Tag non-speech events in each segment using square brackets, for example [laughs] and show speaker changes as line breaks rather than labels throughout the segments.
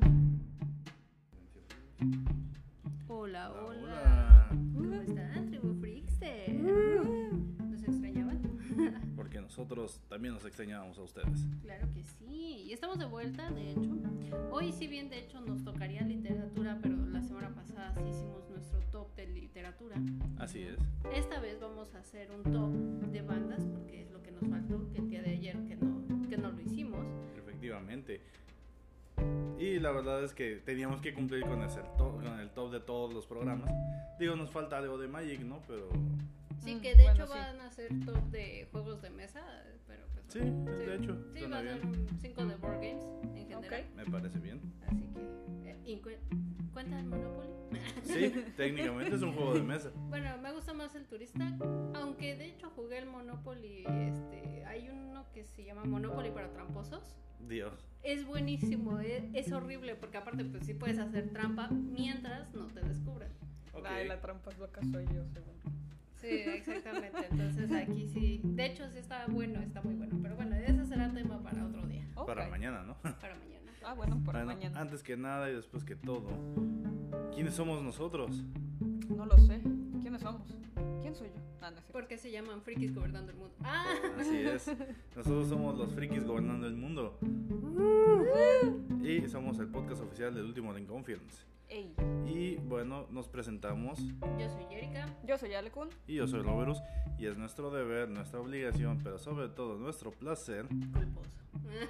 Mm.
los extrañábamos a ustedes.
Claro que sí. Y estamos de vuelta, de hecho. Hoy, si bien de hecho nos tocaría literatura, pero la semana pasada sí hicimos nuestro top de literatura.
Así es.
Esta vez vamos a hacer un top de bandas, porque es lo que nos faltó que el día de ayer que no, que no lo hicimos.
Efectivamente. Y la verdad es que teníamos que cumplir con, ese top, con el top de todos los programas. Digo, nos falta algo de Magic, ¿no? Pero
Sí,
Mm,
que de
bueno,
hecho
sí.
van a ser top de juegos de mesa, pero pues.
sí,
bueno,
pues, de hecho,
Sí,
suena
va a ser
bien.
un 5 de board games en general.
Me parece bien.
[laughs] Así que. eh, y cu- ¿Cuenta el Monopoly?
Sí, técnicamente es un juego de mesa.
Bueno, me gusta más el turista, aunque de hecho jugué el Monopoly. Este, hay uno que se llama Monopoly para tramposos.
Dios.
Es buenísimo, e- es, horrible porque aparte pues sí puedes hacer trampa mientras no te descubran.
Ok.
Ay, Ah, la trampa es loca soy yo, seguro.
Sí, exactamente. Entonces aquí sí, de hecho sí está bueno, está muy bueno, pero bueno, ese será tema para otro [laughs] día,
Ok.
Para mañana, ¿no?
para mañana.
Ah, bueno, para
[laughs] Bueno,
mañana.
Antes que nada y después que todo, ¿quiénes somos nosotros?
No lo sé. ¿Quiénes somos? ¿Quién soy yo? Ah, no es cierto.
¿Por qué se llaman frikis gobernando el mundo? Ah,
Así es. Nosotros somos los frikis gobernando el mundo. Y somos el podcast oficial del último Rincón Films.
Ey.
Y bueno, nos presentamos.
yo soy Erika.
Yo soy Alecun.
Y yo soy Roberus. Y es nuestro deber, nuestra obligación, pero sobre todo nuestro
[laughs]
placer,
culposo.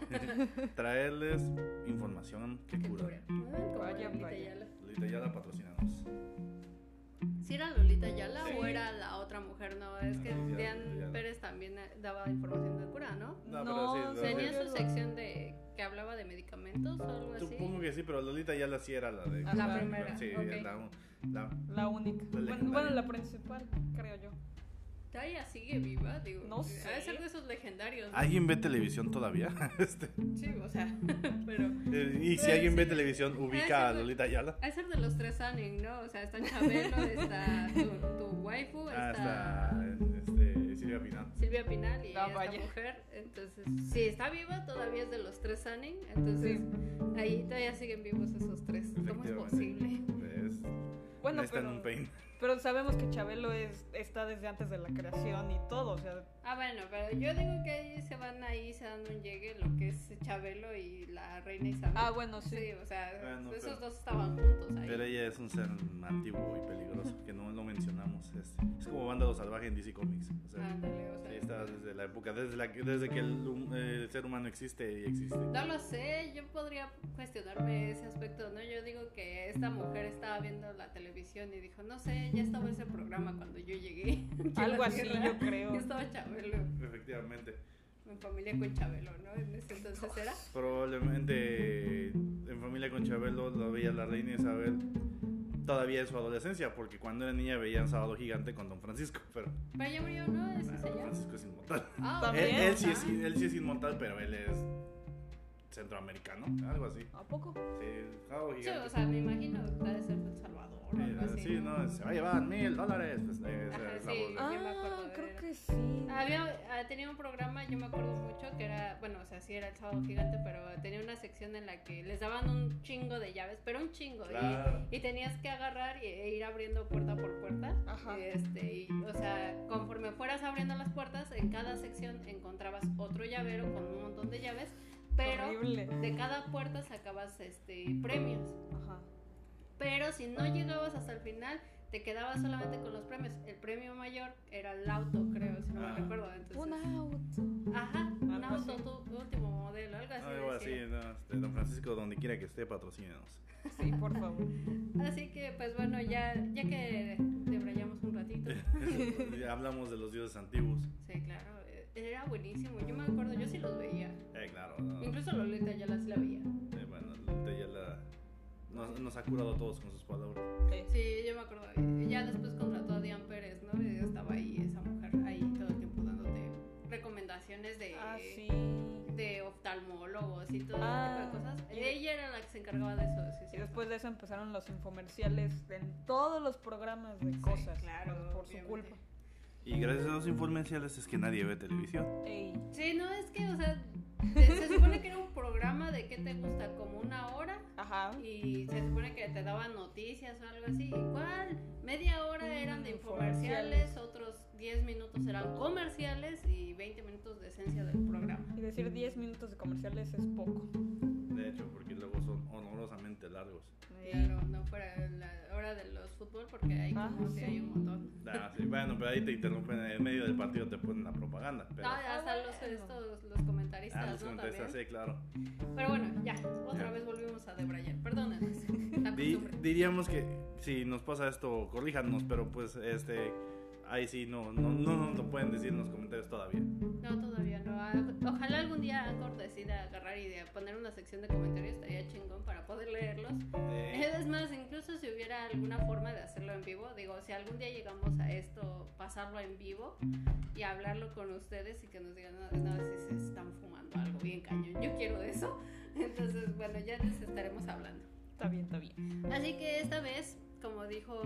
[laughs]
traerles información que
Qué
cura.
cura. Ay, como
Vaya,
Lolita
vaya.
Ayala.
Lolita, ya la patrocinamos.
Pues ¿Sí era Lolita Ayala
Sí.
o era la otra mujer? No, es que
Sí, sí, era Lolita
Diane
Ayala.
Pérez también eh, daba información de cura, ¿no?
No, pero sí, no,
No,
sí.
Tenía su
Lolita.
sección de que hablaba de medicamentos o algo así.
Supongo que sí, pero Lolita ya la sí era la de.
La
primera,
Sí,
ok.
la- la,
La única.
La
bueno,
legendaria.
bueno, la principal, creo yo.
Taya sigue viva, digo.
No sé.
Debe ser de esos legendarios. ¿no?
¿Alguien ve televisión todavía? [laughs] Este,
Sí, o sea, [laughs] pero.
eh, y si
Eh,
alguien ve
sí.
televisión, ubica a Lolita Ayala.
Ha de ser de los tres Anin, ¿no? O sea, está Chabelo, está tu, tu waifu,
Ah,
Pues, está
está este, Silvia Pinal.
Silvia Pinal y
Ah,
esta
vaya.
mujer. Entonces, si está viva, todavía es de los tres Sanin. Entonces, ahí todavía siguen vivos esos tres. ¿Cómo es posible?
Efectivamente. Es,
Bueno,
está en
pero,
un pain.
pero sabemos que Chabelo es, está desde antes de la creación y todo. O sea,
Ah, bueno, pero yo digo que ahí se van ahí, se dan un llegue, lo que es Chabelo y la reina Isabel.
ah, bueno, sí.
Sí, o sea,
Bueno,
esos
Ah, pero-
dos estaban juntos ahí.
Pero ella es un ser antiguo y peligroso, que no lo mencionamos. Es, es como Vándalo Salvaje en DC Comics. O sea,
Ándale, o sea.
sí, está desde la época, desde, la, que- desde que el, hum- el ser humano existe y existe.
No lo sé, yo podría cuestionarme ese aspecto, ¿no? Yo digo que esta mujer estaba viendo la televisión y dijo, no sé, ya estaba ese programa cuando yo llegué. [laughs] aquí a
Algo
la
así,
Tierra".
yo creo.
Y estaba Chabelo,
Efectivamente.
en familia con Chabelo, ¿no? En ese entonces era.
Probablemente en familia con Chabelo lo veía la reina Isabel todavía en su adolescencia, porque cuando era niña veían Sábado Gigante con Don Francisco, pero
Pero ya murió, ¿no? Ese
ah, Don
señor.
Francisco es inmortal.
Ah,
Él,
También,
él
o
sí
sea.
es, él sí es inmortal, pero él es centroamericano, algo así.
¿A poco?
Sí, Sábado
Sí,
Gigante.
o sea, me imagino que ha de ser El Salvador o algo
Eh,
así.
sí, no, se va a llevar mil dólares. Pues, eh, esa
Ajá,
es la
sí.
voz de-
Ah, me acuerdo de ver.
sí.
Había, ah, tenía un programa, yo me acuerdo mucho, que era, bueno, o sea, sí era el sábado gigante, pero tenía una sección en la que les daban un chingo de llaves, pero un chingo. y-
Claro.
Y, tenías que agarrar y- e ir abriendo puerta por puerta.
Ajá.
Y, este, y, o sea, conforme fueras abriendo las puertas, en cada sección encontrabas otro llavero con un montón de llaves,
Ah,
pero
Horrible.
de cada puerta sacabas este, premios.
Ajá.
Pero si no llegabas hasta el final, te quedabas solamente con los premios. El premio mayor era el auto, creo, si no
Ah. pues
me recuerdo. Entonces,
Un auto.
Ajá, un
Algo
auto
así.
tu último modelo, algo así.
Algo así,
decía.
no, este, Don Francisco, donde quiera que
[laughs]
esté, patrocínenos.
Sí, por [laughs] favor.
Así que, pues bueno, ya, ya que debrayamos un ratito.
[laughs] Ya Hablamos de los dioses antiguos.
sí, claro, eh, era buenísimo. Yo me acuerdo, yo sí los veía.
Eh, claro. no.
Incluso Lolita ya las la veía.
Eh, bueno, Lolita ya la- nos, nos ha curado a todos con sus palabras.
Sí.
Sí, yo me acuerdo. eh, Ya después contrató a Diane Pérez, ¿no? Y estaba ahí, esa mujer, ahí todo el tiempo dándote recomendaciones de.
Ah, sí.
de oftalmólogos y todo
Ah.
ese tipo de cosas.
Y-
Ella era la que se encargaba de eso. sí,
Y
sí.
después de eso empezaron los infomerciales en todos los programas de
Sí,
cosas.
claro,
por- por su
obviamente.
culpa.
Y gracias a los informenciales es que nadie ve televisión.
Ey.
Sí, no, es que, o sea, se, se supone que era un programa de qué te gusta, como una hora.
Ajá.
Y se supone que te daban noticias o algo así. Igual, media hora eran de
Mm,
infomerciales, otros 10 minutos eran comerciales y 20 minutos de esencia del programa.
decir 10 minutos de comerciales es poco.
De hecho, porque luego son horrorosamente largos.
Claro, no fuera la hora de los fútbol porque ahí
Ah,
como
sí.
si hay un montón.
Ah, sí, bueno, pero ahí te interrumpen en el medio del partido, te ponen la propaganda. Pero,
No, hasta los,
Ah, bueno.
estos, los comentaristas,
ah, los
¿no?
comentaristas,
También.
sí, claro.
Pero bueno, ya, otra
Ya.
vez volvimos a debrayar. Perdónenos, la
[laughs] Di-
costumbre.
diríamos que si nos pasa esto, corríjanos, pero pues este ahí sí no, no, no nos lo pueden decir en los comentarios todavía.
No, todavía no. Ah, Ojalá algún día Anchor decida agarrar y de poner una sección de comentarios, estaría chingón para poder leerlos.
Eh,
Es más, incluso si hubiera alguna forma de hacerlo en vivo, digo, si algún día llegamos a esto, pasarlo en vivo y hablarlo con ustedes y que nos digan, no, no, si se están fumando algo bien cañón, yo quiero eso. [laughs] Entonces, bueno, ya les estaremos hablando.
Está bien, está bien.
Así que esta vez, como dijo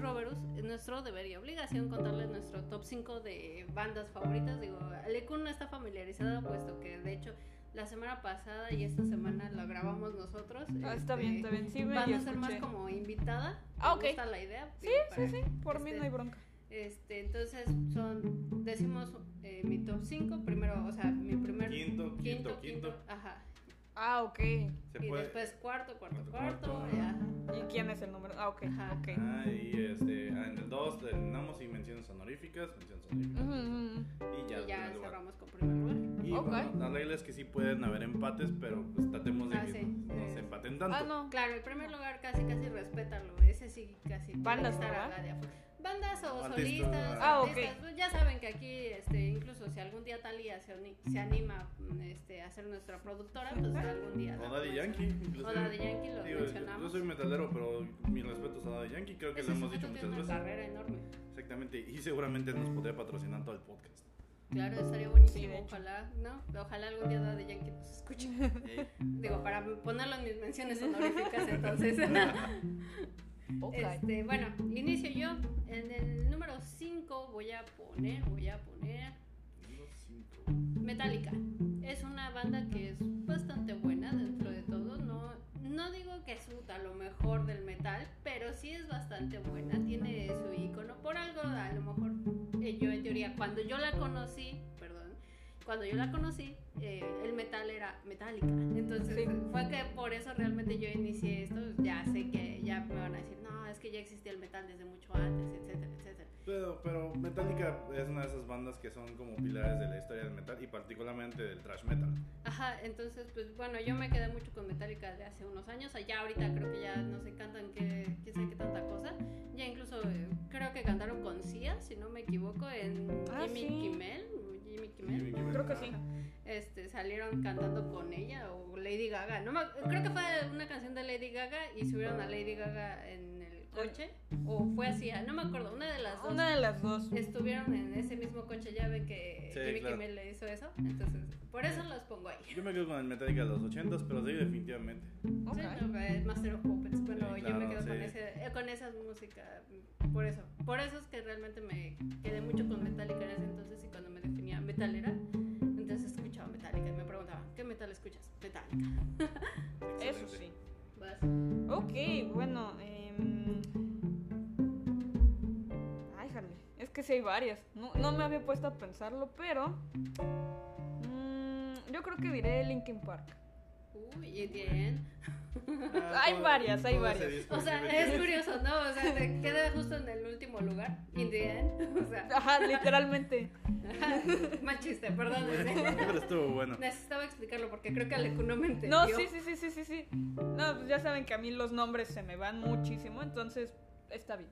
Roberus, es nuestro deber y obligación contarles nuestro top 5 de bandas favoritas. Digo, Alecun no está familiarizada, puesto que de hecho la semana pasada y esta semana la grabamos nosotros.
Ah, está
Este,
bien, está bien. Sí, me
Van
yo
a ser más
escuché.
como invitada.
Ah,
Me
ok.
gusta la idea.
Sí,
digo,
sí,
para-
sí. Por mí
este,
no hay bronca.
Este, entonces, son, decimos eh, mi top 5, primero, o sea, mi primer...
quinto, quinto, quinto.
Ajá.
Ah, ok. ¿Y
Se
y
puede.
después cuarto, cuarto,
Cuarto,
cuarto.
cuarto,
ya.
quién es el número? Ah, ok.
Ajá.
ok.
Ah, y este, ah, en el 2 terminamos y menciones honoríficas, menciones honoríficas.
Ujú, ujú.
Y ya,
Y ya
primer lugar.
cerramos con primer lugar.
Y
Ok.
bueno, la regla es que sí pueden haber empates, pero pues tratemos de
Ah,
que
sí.
no se
Eh,
empaten tanto.
Ah, no.
Claro, el primer lugar casi casi respétalo, ese sí casi tiene
Bandas,
que estar
¿verdad?
a la de afu- Bandas o
Artistas.
solistas,
Ah, ok.
artistas, pues ya saben que aquí este incluso si algún día Talía se, uni- se anima mm, este, a ser nuestra productora, pues algún día.
O
la
Daddy
podemos-
Yankee, inclusive.
O Daddy Yankee lo
Digo, yo,
mencionamos.
yo soy metalero, pero mis respetos a Daddy Yankee, creo que
Ese
lo hemos
sujeto
dicho muchas
tiene
veces.
una carrera enorme.
Exactamente, y seguramente nos podría patrocinar todo el podcast.
Claro, estaría
Sí,
buenísimo.
de hecho.
ojalá, ¿no? Ojalá algún día Daddy Yankee nos escuche. Digo, para ponerlo en mis menciones honoríficas, entonces.
[laughs]
Ok.
Este, bueno, inicio yo. En el número 5 voy a poner, voy a poner
Los cinco.
Metallica. Es una banda que es bastante buena dentro de todo. No, no digo que es a lo mejor del metal, pero sí es bastante buena. Tiene su icono por algo. A lo mejor eh, yo en teoría cuando yo la conocí, perdón, cuando yo la conocí, eh, el metal era metálica. Entonces
Sí.
fue que por eso realmente yo inicié esto. Ya sé que ya me van a decir, no, es que ya existía el metal desde mucho antes, etcétera, etcétera.
Pero, pero Metallica es una de esas bandas que son como pilares de la historia del metal y particularmente del thrash metal.
Ajá, entonces, pues bueno, yo me quedé mucho con Metallica de hace unos años. Allá ahorita creo que ya no se cantan que, quién sabe qué tanta cosa. Ya incluso eh, creo que cantaron con Cia, si no me equivoco, en
Ah,
Jimmy
sí.
Kimmel. Jimmy Kimmel.
Jimmy Kimmel.
Creo que sí.
Este, salieron cantando con ella o Lady Gaga. No me, creo que fue una canción de Lady Gaga y subieron a Lady Gaga en el coche. O fue así, ah, no me acuerdo, una de las dos
Una de las dos.
estuvieron en ese mismo coche. Ya ven que
Sí,
Jimmy
claro.
Kimmel le hizo eso. Entonces, por eso los pongo ahí.
Yo me quedo con el Metallica de los 80s, pero sí, definitivamente.
Ok.
Sí, no, eh, Master of Puppets, pero
Sí,
yo
claro,
me quedo con,
sí.
ese, eh, con esa música, mm, por eso. Por eso es que realmente me quedé mucho con Metallica en ese entonces y cuando me definía metalera, entonces escuchaba Metallica y me preguntaban, ¿qué metal escuchas? Metallica.
Eso
Excelente.
sí.
Vas.
Ok, bueno. em, Ay, jale. Es que sí hay varias. No, no me había puesto a pensarlo, pero. mm, yo creo que diré Linkin Park.
Uy, y bien.
Ah,
Hay
todo-
varias, hay
todo ese
varias.
disco
O sea,
sí me-
es curioso, ¿no? O sea, te queda justo en el último lugar, in the end. [laughs] O sea,
Ajá, literalmente.
mal chiste,
[laughs]
perdón.
[laughs]
[laughs]
Pero estuvo bueno.
Necesitaba explicarlo porque creo que Alecu no me entendió.
No, sí, sí, sí, sí, sí, sí. No, pues ya saben que a mí los nombres se me van muchísimo, entonces está bien.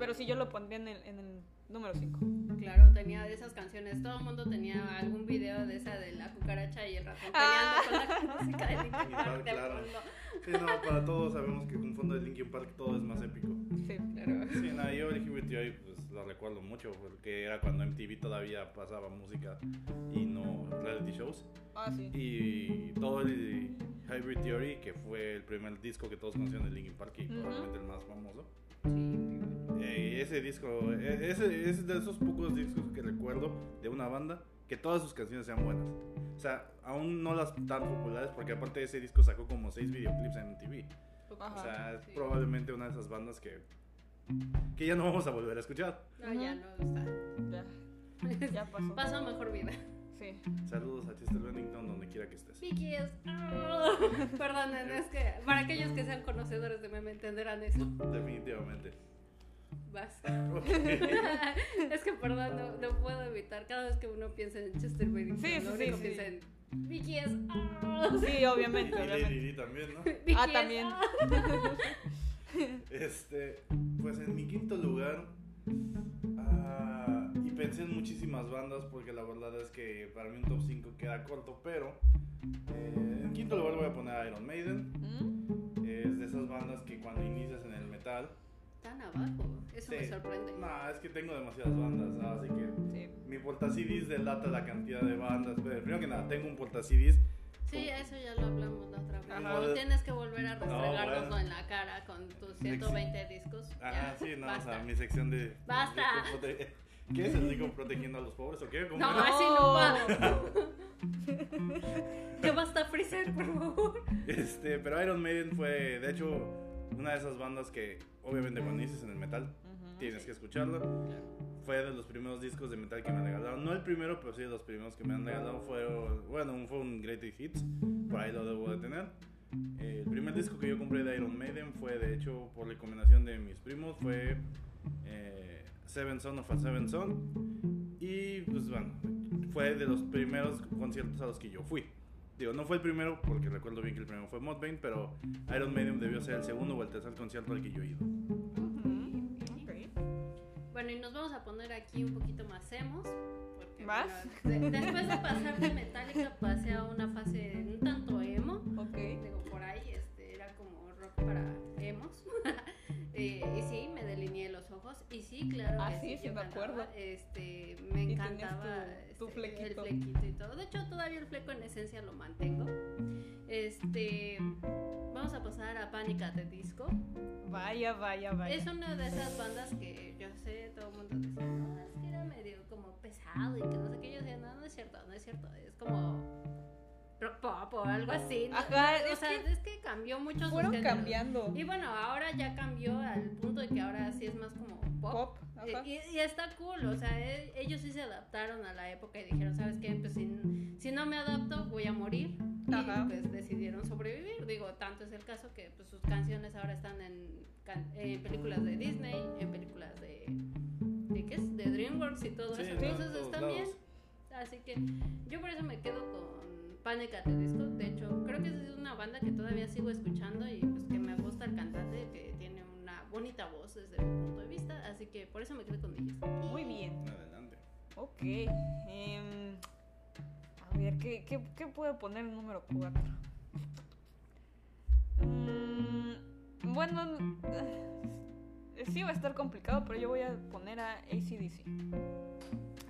Pero si yo lo pondría en el, en el número 5.
Claro, tenía de esas canciones. Todo el mundo tenía algún video de esa de la cucaracha y el ratón
Ah.
peleando
[laughs]
con la música de Linkin
Linkin Park,
Park de
claro.
fondo.
Sí, no, para todos sabemos que con fondo de Linkin Park todo es más épico.
Sí.
Claro.
Sí, no, yo LGBTI pues lo recuerdo mucho porque era cuando MTV todavía pasaba música y no reality shows.
Ah, sí.
Y todo el Hybrid Theory, que fue el primer disco que todos conocían de Linkin Park y
Ujú.
probablemente el más famoso. Eh, ese disco, eh, ese es de esos pocos discos que recuerdo de una banda que todas sus canciones sean buenas. O sea, aún no las tan populares porque aparte ese disco sacó como seis videoclips en MTV. O
Ajá.
sea, es
sí.
probablemente una de esas bandas que, que ya no vamos a volver a escuchar.
[laughs] No, ya no está.
Ya, ya
[laughs]
pasó.
Pasó a mejor vida.
Sí.
Saludos a Chester Bennington, donde quiera que estés.
Vicky
[laughs]
es. ah, Perdonen, es que para aquellos que sean conocedores de meme entenderán eso.
Definitivamente.
Vas. [laughs]
Ok.
es que perdón, no, no puedo evitar. Cada vez que uno piensa en Chester Bennington,
Sí, sí,
lo
sí,
único
sí.
piensa en Vicky es. ah,
Sí,
[laughs] Y
obviamente,
Lady
obviamente.
Di también, ¿no?
Vicky
Ah,
es,
también.
ah.
Este, pues en mi quinto lugar. ah, y pensé en muchísimas bandas porque la verdad es que para mí un top 5 queda corto, pero eh, en quinto lugar voy a poner a Iron Maiden.
¿Mm?
Es de esas bandas que cuando inicias en el metal.
Tan abajo. Eso me
Sí.
sorprende.
No, es que tengo demasiadas bandas, ah, así que
Sí.
mi portacidis delata la cantidad de bandas. Pero primero que nada, tengo un portacidis.
Sí, eso ya lo hablamos la otra vez.
Ajá.
No tienes que volver a restregárnoslo
bueno.
en la cara con tus 120 discos.
Ah,
ya,
sí, no,
basta.
o sea, mi sección de.
Basta.
de prote- [laughs] ¿Qué es el rico protegiendo a los pobres o qué? ¿Cómo
No,
era?
así no va.
[laughs]
ya basta Freezer, por favor.
Este, pero Iron Maiden fue, de hecho, una de esas bandas que, obviamente, cuando dices en el metal,
Ujú.
tienes que escucharla. Fue de los primeros discos de metal que me regalaron. No el primero, pero sí de los primeros que me han regalado. Fue, bueno, un- fue un Great Hits, por ahí lo debo de tener. Eh, el primer disco que yo compré de Iron Maiden fue, de hecho, por recomendación de mis primos, fue eh, Seven Son of a Seven Son. Y, pues bueno, fue de los primeros conciertos a los que yo fui. Digo, no fue el primero, porque recuerdo bien que el primero fue Mudvayne, pero Iron Maiden debió ser el segundo o el tercer concierto al que yo he ido.
Ujú. Ok.
Bueno, y nos vamos a poner aquí un poquito más hemos. porque,
¿Más?
bueno, de- después de pasar de Metallica, pasé a una fase un tanto emo.
Ok.
Digo, por ahí este, era como rock para emos. [laughs] Eh, y sí, me delineé los ojos. Y sí, claro.
Ah,
que
sí, sí
yo
me
cantaba,
acuerdo.
Este, me
tenías
encantaba
tu- tu
este,
flequito.
el flequito y todo. De hecho, todavía el fleco en esencia lo mantengo. Este, vamos a pasar a Pánica de Disco.
Vaya, vaya, vaya.
Es una de esas bandas que yo sé, todo el mundo decía, no, es que era medio como pesado y que no sé qué. Yo decía, no, no es cierto, no es cierto. Es como rock pop o algo así. ¿no?
Ajá,
O
Ah, es
sea,
que
es que cambió mucho sus
fueron
géneros.
cambiando.
Y bueno, ahora ya cambió al punto de que ahora sí es más como pop.
Pop.
Eh,
Ajá.
Y, y está cool, o sea, e- ellos sí se adaptaron a la época y dijeron, ¿sabes qué? Pues si, n- si no me adapto voy a morir.
Ajá.
Y pues decidieron sobrevivir. Digo, tanto es el caso que pues, sus canciones ahora están en, can- en películas de Disney, en películas de... ¿De qué es? De DreamWorks y todo
Sí,
eso.
en todos
Entonces está
lados.
bien. Así que yo por eso me quedo con Panic at the Disco. De hecho, creo que es una banda que todavía sigo escuchando y pues que me gusta el cantante, que tiene una bonita voz desde mi punto de vista. Así que por eso me quedo con ellos.
Muy bien.
Adelante.
Ok. em, a ver, ¿qué, qué, qué puedo poner en número 4? Mm, bueno, eh, sí va a estar complicado, pero yo voy a poner a ACDC.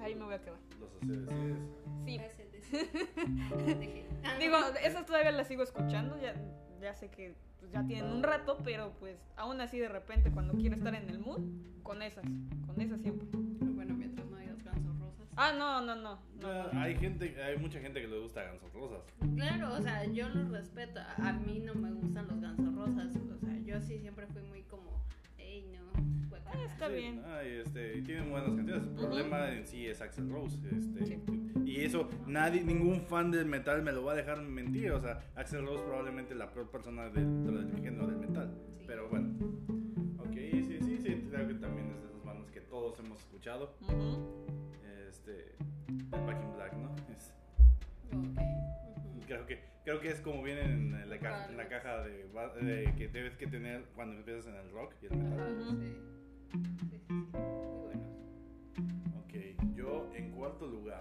Ahí me voy a quedar.
Los ACDCs.
Sí.
[laughs] Dije, ah,
Digo, esas todavía las sigo escuchando, ya, ya sé que pues, ya tienen un rato, pero pues aún así de repente cuando quiero estar en el mood, con esas, con esas siempre.
Bueno, mientras no haya gansos rosas.
Ah, no, no, no. no, no.
Ah, Hay gente, hay mucha gente que le gusta Guns N' Roses.
Claro, o sea, yo los respeto. A a mí no me gustan los gansos rosas. O sea, yo sí siempre fui muy como, ey, no, guácala".
Está
Sí,
bien.
ah, y este, y tienen buenas canciones. El problema en sí es Axel Rose. Este,
Sí.
Y eso, nadie, ningún fan del metal me lo va a dejar mentir. O sea, Axel Rose probablemente la peor persona dentro del género del metal.
Sí.
Pero bueno. Ok, sí, sí, sí, creo que también es de esas bandas que todos hemos escuchado.
Ujú.
Este, el Back in Black, ¿no? Es-
Ok, ujú.
Creo que, creo que es como viene en la, ca- en la caja de, ba- de que debes que tener cuando empiezas en el rock y el metal.
Ajá,
Ujú.
sí. Sí, sí, sí. Muy buenos.
Ok, yo en cuarto lugar.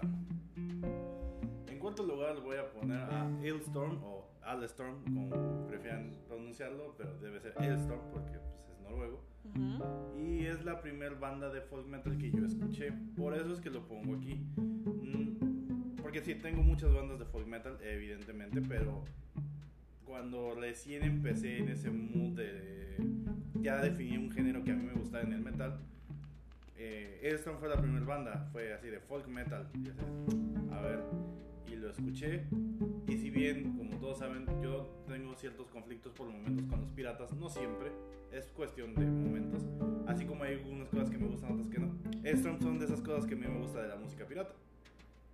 En cuarto lugar voy a poner a Hailstorm o Alstorm, como prefieran pronunciarlo, pero debe ser Hailstorm porque pues, es noruego.
Ujú.
Y es la primer banda de folk metal que yo escuché. Por eso es que lo pongo aquí. Mm, Porque sí, tengo muchas bandas de folk metal, evidentemente, pero cuando recién empecé en ese mood de... Ya definí un género que a mí me gustaba en el metal. Eh, Elstone fue la primera banda, fue así de folk metal. y yo así, a ver, y lo escuché. Y si bien, como todos saben, yo tengo ciertos conflictos por momentos con los piratas, no siempre, es cuestión de momentos. Así como hay algunas cosas que me gustan, otras que no. Elstone son de esas cosas que a mí me gusta de la música pirata.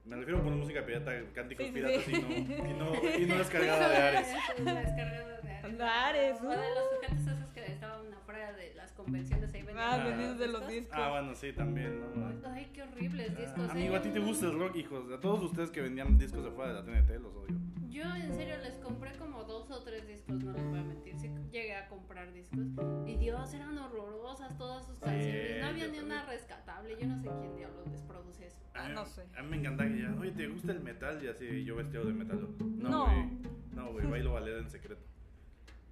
Me refiero por música pirata, cánticos
Sí, sí,
piratas
sí.
y, no, y, no,
[laughs]
y
[laughs]
no descargada de Ares.
Descargada de Ares.
Andares,
O de los sujetos esos que estaban afuera de las convenciones ahí vendiendo.
Ah,
Ah,
venidos de los
discos.
discos.
Ah, bueno, sí, también, ¿no?
Ay, qué horribles discos.
Ah, amigo,
¿eh?
a ti te gusta el rock, hijos. A todos ustedes que vendían discos afuera de la TNT, los odio.
Yo en serio les compré como dos o tres discos, no les voy a mentir. Sí llegué a comprar discos. Y Dios, eran horrorosas todas sus canciones. no había
yo
ni una rescatable. Yo no sé quién diablos les produce eso.
A
Ah,
mí-
no sé.
A mí me encanta que ya, oye, ¿te gusta el metal? Y así, yo vestido de metal.
No.
No, güey. No, güey, bailo ballet en secreto.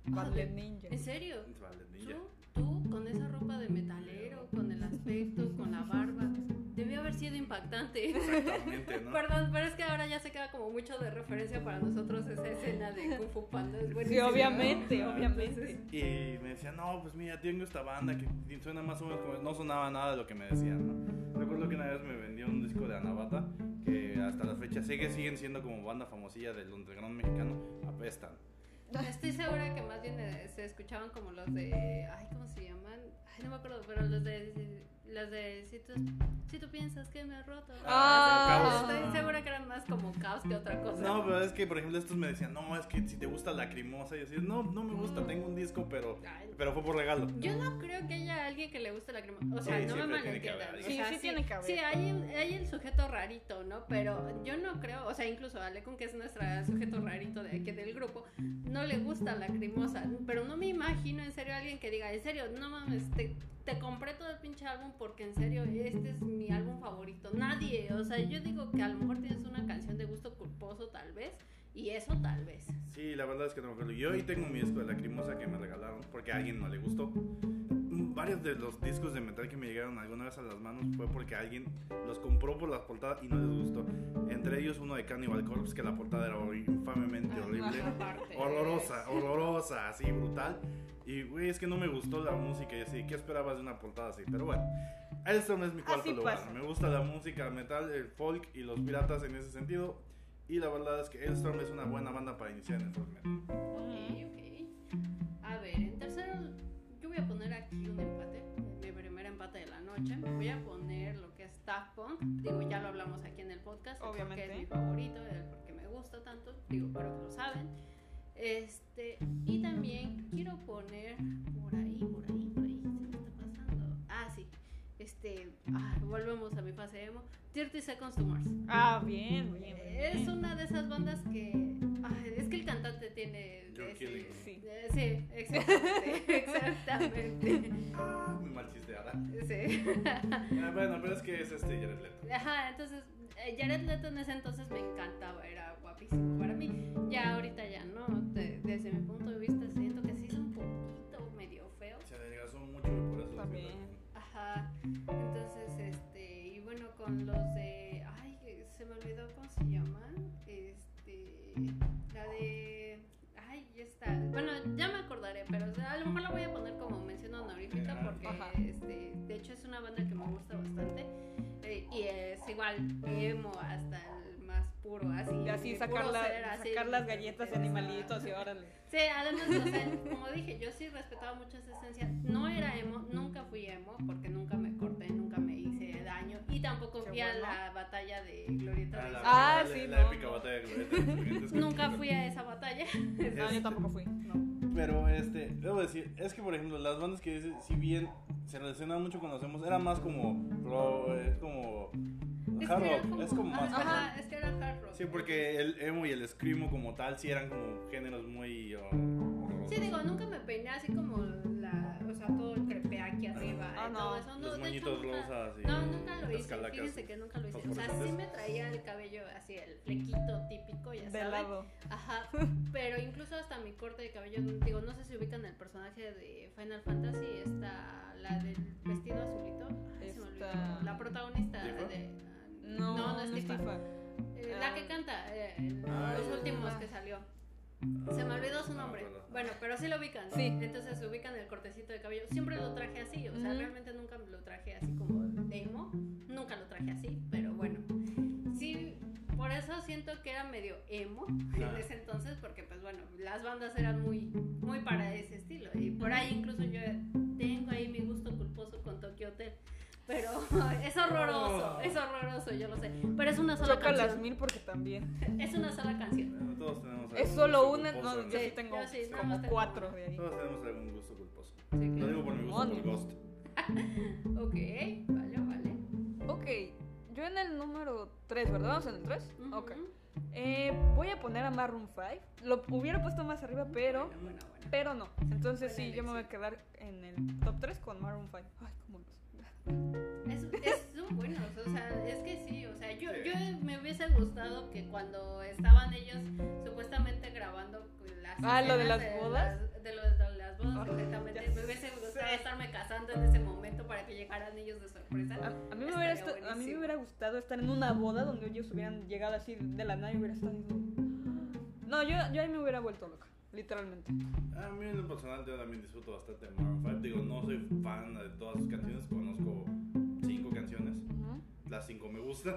Ballet Ninja.
¿En serio?
Ballet ninja.
Tú, tú con esa ropa de metalero, con el aspecto, con la barba, debió haber sido impactante.
Exactamente, ¿no?
Perdón, pero es que ahora ya se queda como mucho de referencia para nosotros esa escena de Kung Fu Panda. Es
Sí,
buenísima.
obviamente,
Ah,
obviamente.
Y me decían, no, pues mira, tengo esta banda que suena más o menos como... No sonaba nada de lo que me decían, ¿no? Recuerdo que una vez me vendió un disco de Anabata que hasta la fecha sé que siguen siendo como banda famosilla del underground mexicano, apestan.
Estoy segura que más bien eh, se escuchaban como los de. Ay, ¿cómo se llaman? Ay, no me acuerdo, pero los de. Los de. Si tú, si tú piensas que me ha roto.
Ah.
Estoy segura que eran más como caos que otra cosa.
No, pero es que, por ejemplo, estos me decían, no, es que si te gusta Lacrimosa, y yo decía, no, no me gusta, tengo un disco, pero,
Ay,
pero fue por regalo.
Yo no creo que haya alguien que le guste la crema. O sea,
Mm. Sí,
no me
siempre tiene que
malentiendan.
haber
o
alguien.
sea,
Sí, sí tiene que haber.
Sí, hay, el- hay el sujeto rarito, ¿no? Pero yo no creo, o sea, incluso a Alecon, que es nuestra sujeto rarito de aquí del grupo, no le gusta la cremosa. Pero no me imagino, en serio, alguien que diga, en serio, no mames, te, te compré todo el pinche álbum porque en serio, este es mi álbum favorito. Nadie, o sea, yo digo que a lo mejor tienes una canción de gusto culposo, tal vez, y eso tal vez.
Sí, la verdad es que no me acuerdo. Yo hoy tengo mi disco de Lacrimosa que me regalaron porque a alguien no le gustó. Mm, Varios de los discos de metal que me llegaron alguna vez a las manos fue porque alguien los compró por las portadas y no les gustó. Entre ellos uno de Cannibal Corpse que la portada era hor- infamemente
Ah,
horrible.
Aparte.
[laughs] Horrorosa, horrorosa, así brutal. Y güey, es que no me gustó la música y así, ¿qué esperabas de una portada así? Pero bueno, eso no es mi cuarto
Así
lugar.
pasa.
Me gusta la música, el metal, el folk y los piratas en ese sentido. Y la verdad es que Elstorm es una buena banda para iniciar en el folk metal.
Ok, ok. A ver, en tercero, yo voy a poner aquí un empate, mi primer empate de la noche. Voy a poner lo que es Daft Punk. Digo, ya lo hablamos aquí en el podcast, el por qué
Obviamente.
es mi favorito, el por qué me gusta tanto. Digo, pero que lo saben. Este, y también quiero poner por ahí, por ahí, por ahí, se me está pasando. Ah, sí. Este, ah, volvemos a mi fase emo. 30 Seconds to Mars.
Ah, bien, bien, bien,
Es
bien.
una de esas bandas que. ay, es que el cantante tiene.
John
ese-
Killing.
Sí.
eh, Sí, exactamente. [laughs] exactamente.
Ah, muy mal chisteada.
Sí.
Ah, bueno, pero es que es este Jared Leto.
Ajá, entonces. eh, Jared Leto en ese entonces me encantaba, era guapísimo para mí. Ya ahorita ya no. de- desde mi punto de vista siento que sí es un poquito medio feo.
Se adelgazó mucho y por eso.
También.
Ajá. Entonces, este. Y bueno, con los de. Ay, que se me olvidó cómo se llaman. Este. La de. Ay, ya está. Bueno, ya me acordaré, pero o sea, a lo mejor la voy a poner como mención honorífica
Ajá.
porque,
Ajá.
este, de hecho, es una banda que me gusta bastante. eh, y es igual emo hasta el más puro, así.
Y así
de
sacar,
puro
la-
ser, así,
sacar las galletas de
ajá.
animalitos y órale.
Sí, además, o sea, como dije, yo sí respetaba mucho esa esencia. No era emo, nunca fui emo, porque nunca me corté, nunca me hice daño. Y tampoco
Qué
fui a
bueno.
la batalla de Glorieta.
Ah, la,
Ah,
la-
sí,
la
no,
épica
no.
batalla de glorietas.
[laughs]
Nunca fui a esa batalla.
No,
Este,
yo tampoco fui. No.
Pero este, debo decir, es que por ejemplo, las bandas que dices, si bien se relacionan mucho con los emos, era más como ro- es como
[laughs] Es
hard
que era
rock, es como más
ajá,
hard rock.
es que era hard rock.
Sí, porque el emo y el screamo como tal sí eran como géneros muy oh,
Sí, digo, nunca me peiné así como la. O sea, todo el crepe aquí arriba.
Ah,
y
no.
todo eso. No, de
los
hecho,
moñitos
nunca-
rosas y
No, nunca lo
las
hice.
calacas.
Fíjense que nunca lo hice. O sea, sí
fosforescentes.
me traía el cabello así, el flequito típico, ya
De
saben.
lado.
Ajá, pero incluso hasta mi corte de cabello, digo, no sé si ubican el personaje de Final Fantasy, está la del vestido azulito, ay, se me olvidó,
Esta-
la protagonista
¿Tifa?
de... ah,
No,
no, no es
es
Tifa.
Tifa.
eh, la que canta, eh, en
Ah,
los
ya, Ah, ya,
últimos
ya.
que salió. Se me olvidó su
No me
nombre.
acuerdo.
Bueno, pero sí lo ubican.
Sí.
Entonces ubican el cortecito de cabello. Siempre lo traje así, o sea,
Ujú.
realmente nunca lo traje así como demo. Nunca lo traje así, pero bueno. Sí, por eso siento que era medio emo [laughs] en
Ah.
ese entonces, porque pues bueno, las bandas eran muy, muy para ese estilo. Y
[laughs]
por ahí incluso yo tengo ahí mi gusto culposo con Tokyo Hotel. Pero eso
Oh.
horroroso, es horroroso, yo lo sé. Pero es una sola
Choca las
canción.
mil porque también.
Es una sola canción.
Bueno, todos tenemos
Es
algún
solo
gusto
una,
culposo,
no, yo sí
Sí,
tengo
yo sí, nada más
como
tengo
cuatro
una.
de ahí.
Todos tenemos algún gusto culposo.
Sí,
Lo
claro.
digo por mi gusto por
Demonios.
Ghost.
Ok, vale, vale.
Ok, yo en el número 3, ¿verdad? ¿Vamos en el 3?
Ujú.
Ok. Eh, voy a poner a Maroon 5. Lo hubiera puesto más arriba, pero
Bueno, bueno, bueno.
pero no. Entonces
Buena
sí, yo me voy a quedar en el top 3 con Maroon 5. Ay, cómo los-
Es, es- son buenos, o sea, es que sí, o sea, yo, yo me hubiese gustado que cuando estaban ellos supuestamente grabando las...
Ah, lo de
escenas
las bodas.
las- de, los- de las bodas,
Ah,
completamente,
ya
me hubiese gustado
sé.
estarme casando en ese momento para que llegaran ellos de
Ah,
sorpresa.
A, a mí me
Ah, Estaría
hubiera esta- a mí me
buenísimo.
hubiera gustado estar en una boda donde ellos hubieran llegado así de la nada y hubiera estado. No, yo, yo ahí me hubiera vuelto loca, literalmente.
Ah, A mí en lo personal yo también disfruto bastante de Maroon 5. Digo, no soy fan de todas sus canciones, conozco cinco canciones, las cinco me gustan.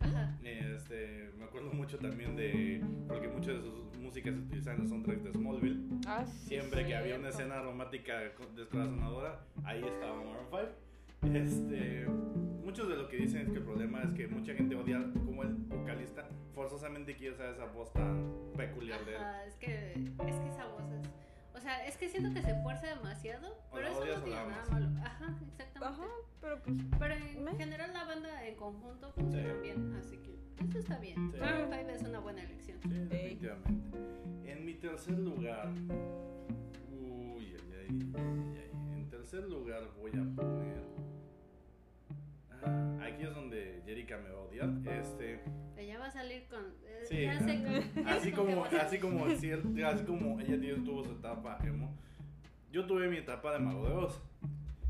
Ajá.
Este, me acuerdo mucho también de porque muchas de sus músicas se utilizan en los soundtracks de Smallville.
Ah, sí,
Siempre que había
cierto.
una escena romántica co- descorazonadora, ahí estaba Maroon 5. Este, muchos de lo que dicen es que el problema es que mucha gente odia como el vocalista forzosamente quiere usar esa voz tan peculiar de él.
Ajá, es que, es que esa voz es... O sea, es que siento que se fuerza demasiado,
O
pero
la
eso
odias
no
o
tiene
la
nada
amas.
malo. Ajá, exactamente.
Ajá, pero pues.
Pero en
Me-
general la banda en conjunto funciona
Sí.
bien, así que eso está bien.
Sí.
Maroon five es una buena elección.
Sí, definitivamente. En mi tercer lugar. Uy, ay, ay, ay, ay. En tercer lugar voy a poner. Ah, Aquí es donde Jerica me va a odiar. Este,
[laughs] Ella va a salir con. eh,
Sí.
ya sé con-
[laughs]
ya
así
sé con qué
como,
vas a
así como, cier- así como ella tiene- tuvo su etapa emo, yo tuve mi etapa de mago de Oz.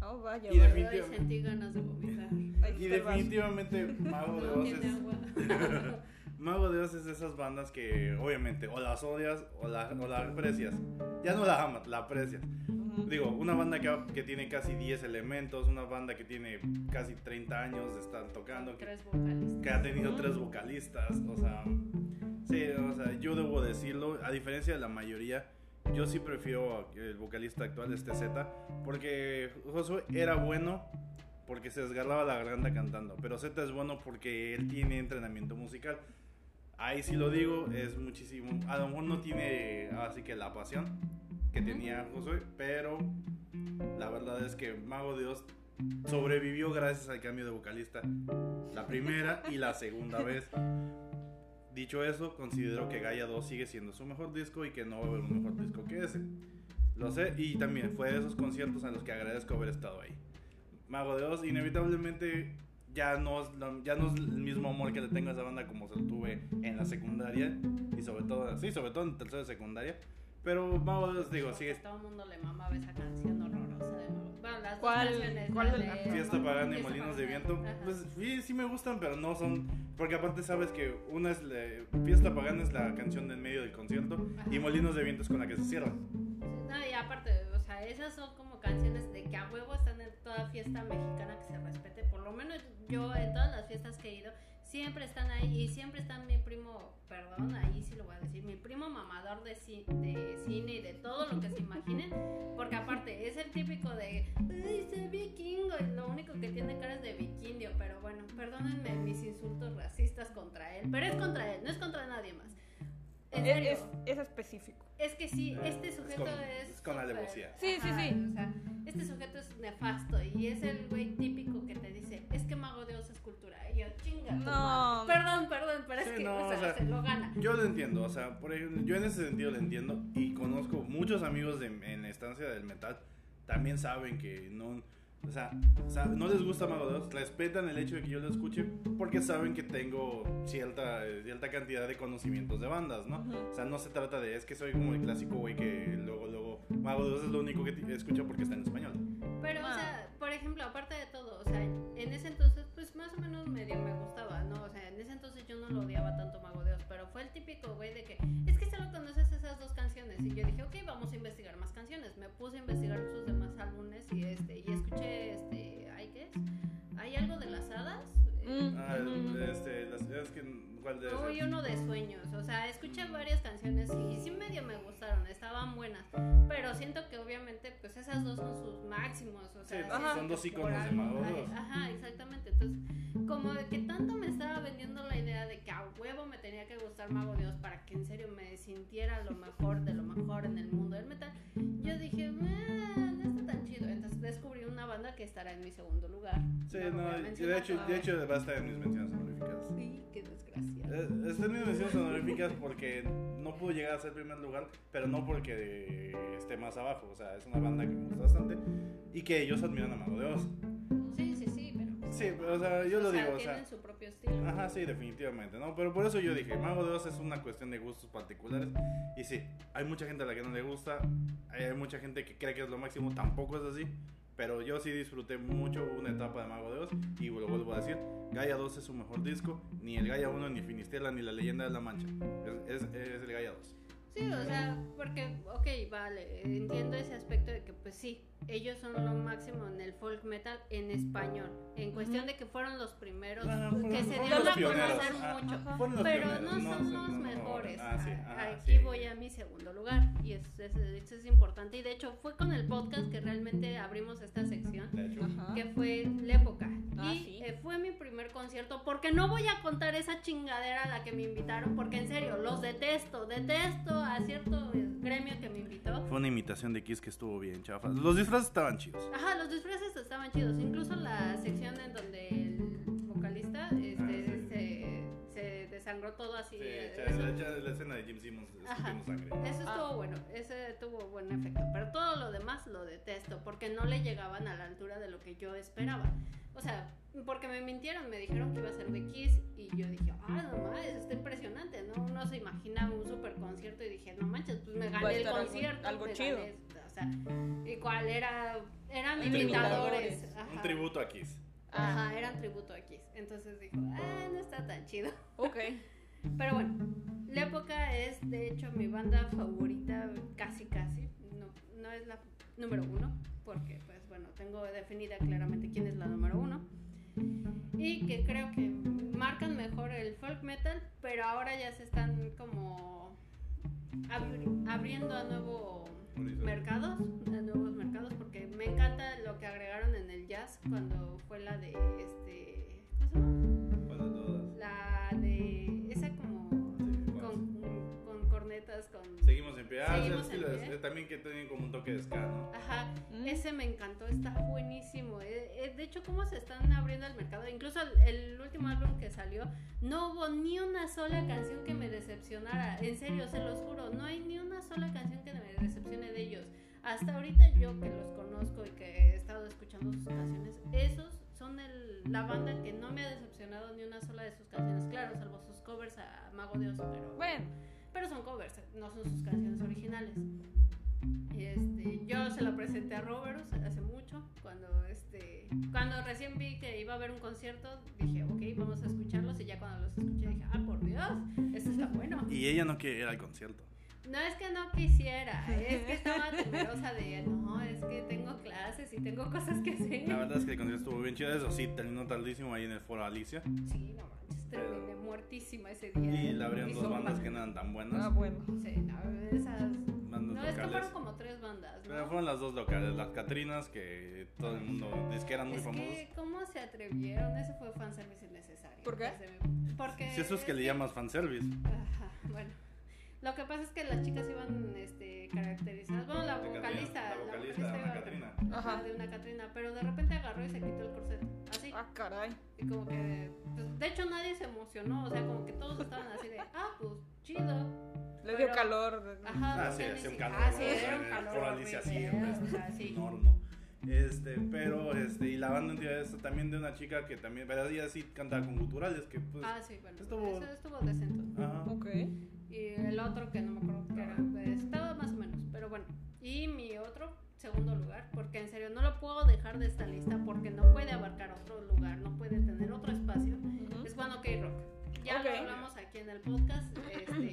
Oh, vaya,
Y
vaya.
salir. Ay,
definitivamente-
sentí ganas de vomitar.
Ahí
Y
está el vaso.
definitivamente mago de
No
Oz
tiene
es
agua.
[laughs] Mago de Oz es de esas bandas que obviamente o las odias o la, o la aprecias. Ya no la amas, la aprecias.
Ujú.
Digo, una banda que, que tiene casi 10 elementos, una banda que tiene casi 30 años de estar tocando, que,
Tres vocalistas.
que ha tenido tres vocalistas, o sea, sí, o sea, yo debo decirlo, a diferencia de la mayoría, yo sí prefiero el vocalista actual, este Z, porque Josué era bueno porque se desgarraba la garganta cantando, pero Z es bueno porque él tiene entrenamiento musical. Ahí sí lo digo, es muchísimo. A lo mejor no tiene así que la pasión que
Ujú.
tenía Josué, pero la verdad es que Mago Dios sobrevivió gracias al cambio de vocalista. La primera y la segunda vez. Dicho eso, considero que Gaia 2 sigue siendo su mejor disco y que no va a haber un mejor disco que ese. Lo sé, y también fue de esos conciertos a los que agradezco haber estado ahí. Mago de Oz, inevitablemente ya no, es lo- ya no es el mismo amor que le tengo a esa banda como se lo tuve en la secundaria y sobre todo, sí, sobre todo en tercero de secundaria. Pero Mago de Oz, Pues digo,
Porque
sigue
Todo el mundo le mamaba esa canción horrorosa de Maroon. Bueno, las dos
¿Cuál-
canciones,
cuál
la
de la-
Fiesta
Mamá
Pagana y
Fiesta
Molinos de
Pagana.
Viento.
Ajá.
Pues sí, sí me gustan, pero no son. Porque aparte sabes que una es. la- Fiesta Pagana es la canción del medio del concierto. Y
Ajá.
Molinos de Viento es con la que se cierra.
No, y aparte, o sea, esas son como canciones de que a huevo están en toda fiesta mexicana que se respete. Por lo menos yo en todas las fiestas que he ido, siempre están ahí y siempre están mi primo, perdón, ahí sí lo voy a decir, mi primo mamador de, ci- de cine y de todo lo que se imaginen. Porque aparte es el típico de, ¡ay, soy vikingo! Y lo único que tiene cara es de vikingo, pero bueno, perdónenme mis insultos racistas contra él. Pero es contra él, no es contra nadie más. En serio.
Es, es, es específico.
Es que sí, este
Mm. Es
sujeto
con-
es.
es con
súper-
alevosía.
Sí, sí,
Ajá,
sí.
O sea, este sujeto es nefasto y es el güey típico que te dice: Es que Mago de Oz es cultura. Y yo, chinga. tu
No.
madre". Perdón, perdón, pero
Sí,
es que
no,
o sea,
o sea,
se lo gana.
Yo lo entiendo, o sea, por ejemplo, yo en ese sentido lo entiendo. Y conozco muchos amigos de- en la estancia del metal. También saben que no. O sea, o sea, no les gusta Mago de Oz, respetan el hecho de que yo lo escuche porque saben que tengo cierta, cierta cantidad de conocimientos de bandas, ¿no?
Ujú.
O sea, no se trata de, es que soy como el clásico güey que luego, luego, Mago de Oz es lo único que t- escucha porque está en español.
Pero, o
Ma.
sea, por ejemplo, aparte de todo, o sea, en ese entonces, pues más o menos medio me gustaba, ¿no? O sea, en ese entonces yo no lo odiaba tanto Mago de Oz, pero fue el típico güey de que, es que solo conoces esas dos canciones. Y yo dije, ok, vamos a investigar más canciones. Me puse a investigar sus demás álbumes y este, y escuché, este, ¿ay qué es? ¿Hay algo de las hadas? Eh,
Mm,
Ah,
ujú.
este, las es que, ¿cuál debe
No,
ser?
y uno de sueños. O sea, escuché varias canciones y sí medio me gustaron, estaban buenas. Pero siento que obviamente, pues esas esas dos son sus máximos. O sea,
Sí,
ajá.
son dos
por
íconos
algo.
demagogosos.
Ajá, exactamente. Entonces, como que tanto me estaba vendiendo la idea de que a huevo me tenía que gustar Mago Dios para que en serio me sintiera lo mejor de lo mejor en el mundo del metal, yo dije, "Ah, no está tan chido. Entonces descubrí una banda que estará en mi segundo lugar.
Sí,
lo voy
no,
a
de
mencionar
hecho, de
todavía.
hecho va a estar en mis menciones honoríficas.
Sí, qué desgracia.
Eh, Está en mis menciones honoríficas porque no pudo llegar a ser primer lugar, pero no porque esté más abajo. O sea, es una banda que me gusta bastante y que ellos admiran a Mago Dios.
Sí, sí, sí, pero.
Sí, pero, o sea, yo lo digo, o
tienen
sea. Ah.
su propio estilo.
Ajá, sí, definitivamente, ¿no? Pero por eso yo dije, Mago de Oz es una cuestión de gustos particulares. Y sí, hay mucha gente a la que no le gusta, hay hay mucha gente que cree que es lo máximo, tampoco es así. Pero yo sí disfruté mucho una etapa de Mago de Oz y lo vuelvo a decir, Gaia 2 es su mejor disco, ni el Gaia 1, ni Finisterra, ni La Leyenda de la Mancha. Es, es- es el Gaia 2.
Sí, o sea, porque, ok, vale, entiendo ese aspecto de que, pues sí, ellos son lo máximo en el folk metal en español. En cuestión de que fueron los primeros
Ajá, fueron-
que se
fueron
dieron
los
a
pioneros,
conocer
ajá.
mucho.
Fueron Ah, los
Pero
pioneros,
no son los
no,
mejores.
ah, sí,
A-
ah,
Aquí
sí.
voy a mi segundo lugar. Y es- es- esto es importante. Y de hecho, fue con el podcast que realmente abrimos esta sección.
De hecho,
Ajá.
que fue la época.
Ah,
y
sí.
eh, fue mi primer concierto, porque no voy a contar esa chingadera a la que me invitaron, porque en serio, los detesto, detesto a cierto eh, gremio que me invitó.
fue una imitación de Kiss que estuvo bien chafa. Los disfraces estaban chidos.
Ajá, los disfraces estaban chidos, incluso la sección en donde el vocalista este,
Ah, sí.
se, se desangró todo así.
Sí,
eh,
cha-
eso-
la, cha- la escena de Jim Simmons escupiendo
Ajá.
sangre.
Eso
Ah.
estuvo bueno, ese tuvo buen efecto, pero todo lo demás lo detesto porque no le llegaban a la altura de lo que yo esperaba. O sea, porque me mintieron, me dijeron que iba a ser de Kiss y yo dije, ah, no mames, está impresionante, ¿no? Uno se imaginaba un super concierto y dije, no manches, pues me
Va a
gané el
estar algo-
concierto.
algo
me
chido.
gané esto, o sea, y cuál era, eran
Tributo.
imitadores.
Un
Un
Ajá.
tributo a Kiss.
Ah,
Ajá, eran tributo a Kiss. Entonces dijo, ah, no está tan chido.
ok.
Pero bueno, la época es de hecho mi banda favorita, casi casi. No, no es la número uno, porque pues bueno, tengo definida claramente quién es la número uno. Y que creo que marcan mejor el folk metal, pero ahora ya se están como abri- abriendo a nuevo
Horizonte.
mercados, a nuevos mercados, porque me encanta lo que agregaron en el jazz cuando fue la de este. ¿Cómo se llama?
Para todas.
La de. Esa como.
Sí,
Con, con cornetas, con.
Seguimos en pie. Ah,
Seguimos
sí, sí,
en
las-
pie.
eh, también que tienen como un toque de ska, ¿no?
Ajá,
Mm.
ese me encantó, está buenísimo. Eh, eh, De hecho, cómo se están abriendo al mercado. Incluso el, el último álbum que salió, no hubo ni una sola canción que me decepcionara. En serio, se los juro, no hay ni una sola canción que me decepcione de ellos. Hasta ahorita yo que los conozco y que he estado escuchando sus canciones, esos son el- la banda que no me ha decepcionado ni una sola de sus canciones. Claro, salvo sus covers a Mago Dios, pero
Bueno,
pero son covers, no son sus canciones originales. Y, Este, yo se la presenté a Roberts hace mucho, cuando, este, cuando recién vi que iba a haber un concierto, dije, ok, vamos a escucharlos y ya cuando los escuché dije, ah, por Dios, esto está bueno.
Y ella no quiere ir al concierto.
No es que no quisiera, es que estaba temerosa de, no, es que tengo clases y tengo cosas que hacer.
La verdad es que el concierto estuvo bien chido. Eso sí, terminó tardísimo ahí en el foro Alicia.
Sí, no manches, terminé muertísima ese día.
Y la abrieron
Y
dos
son
bandas que no eran tan
ah,
buenas.
bueno.
Sí, no, esas...
Bandas
No, es que
locales.
fueron como tres bandas, ¿no?
Pero fueron las dos locales, las Catrinas, que todo el mundo dice que eran muy
es
famosas.
que, ¿cómo se atrevieron? Ese fue fanservice innecesario.
¿Por qué?
desde mi- Porque...
Si eso es que le llamas fanservice.
Ajá, bueno. Lo que pasa es que las chicas iban este, caracterizadas. Bueno, la
De Catrina,
vocalista.
la vocalista era una
iba-
Catrina.
Ajá,
Ajá.
de una Catrina. Pero de repente agarró y se quitó el corset. Así.
Ah, caray.
Y como que. pues, de hecho, nadie se emocionó. O sea, como que todos estaban así de. Ah, pues chido.
Le dio
Pero-
calor.
Ajá.
Ah,
pues,
sí,
ya ni
hacía un
si-
calor.
Ah, sí,
¿no?
era un
Eh,
calor.
Por Alicia
horrible,
siempre es
o sea, sí.
un horno. Este, pero, este, y la banda entera es también de una chica que también, pero ella sí cantaba con guturales, que pues.
Ah, sí, bueno.
Estuvo-
Eso estuvo decente.
ajá.
Ok.
Y el otro que no me acuerdo que era, pues, estaba más o menos, pero bueno. Y mi otro segundo lugar, porque en serio no lo puedo dejar de esta lista porque no puede abarcar otro lugar, no puede tener otro espacio,
Ujú.
es cuando K-Rock. Ya
Ok.
lo hablamos aquí en el podcast, este,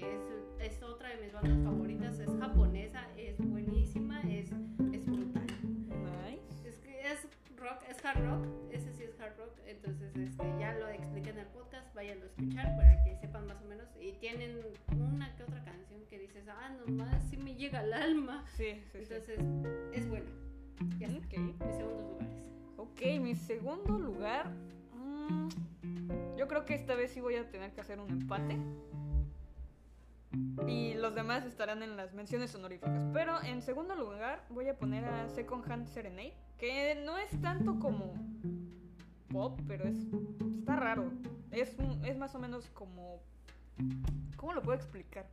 es, es otra de mis bandas favoritas, es japonesa, es buenísima, es, es brutal.
Nice.
Es que es rock, es hard rock, ese sí es hard rock, entonces este, ya lo expliqué en el podcast, váyanlo a escuchar para que sepan más o menos. Y tienen una que otra canción que dices, ah, nomás sí me llega al alma.
Pues Sí, sí, sí.
Entonces, es buena. Ya está. Mis
Ok.
segundos lugares.
Ok, mi segundo lugar. mm, yo creo que esta vez sí voy a tener que hacer un empate. Y los demás estarán en las menciones honoríficas. Pero en segundo lugar voy a poner a Second Hand Serenade. Que no es tanto como pop, pero es. está raro. Es, un- es más o menos como. ¿Cómo lo puedo explicar?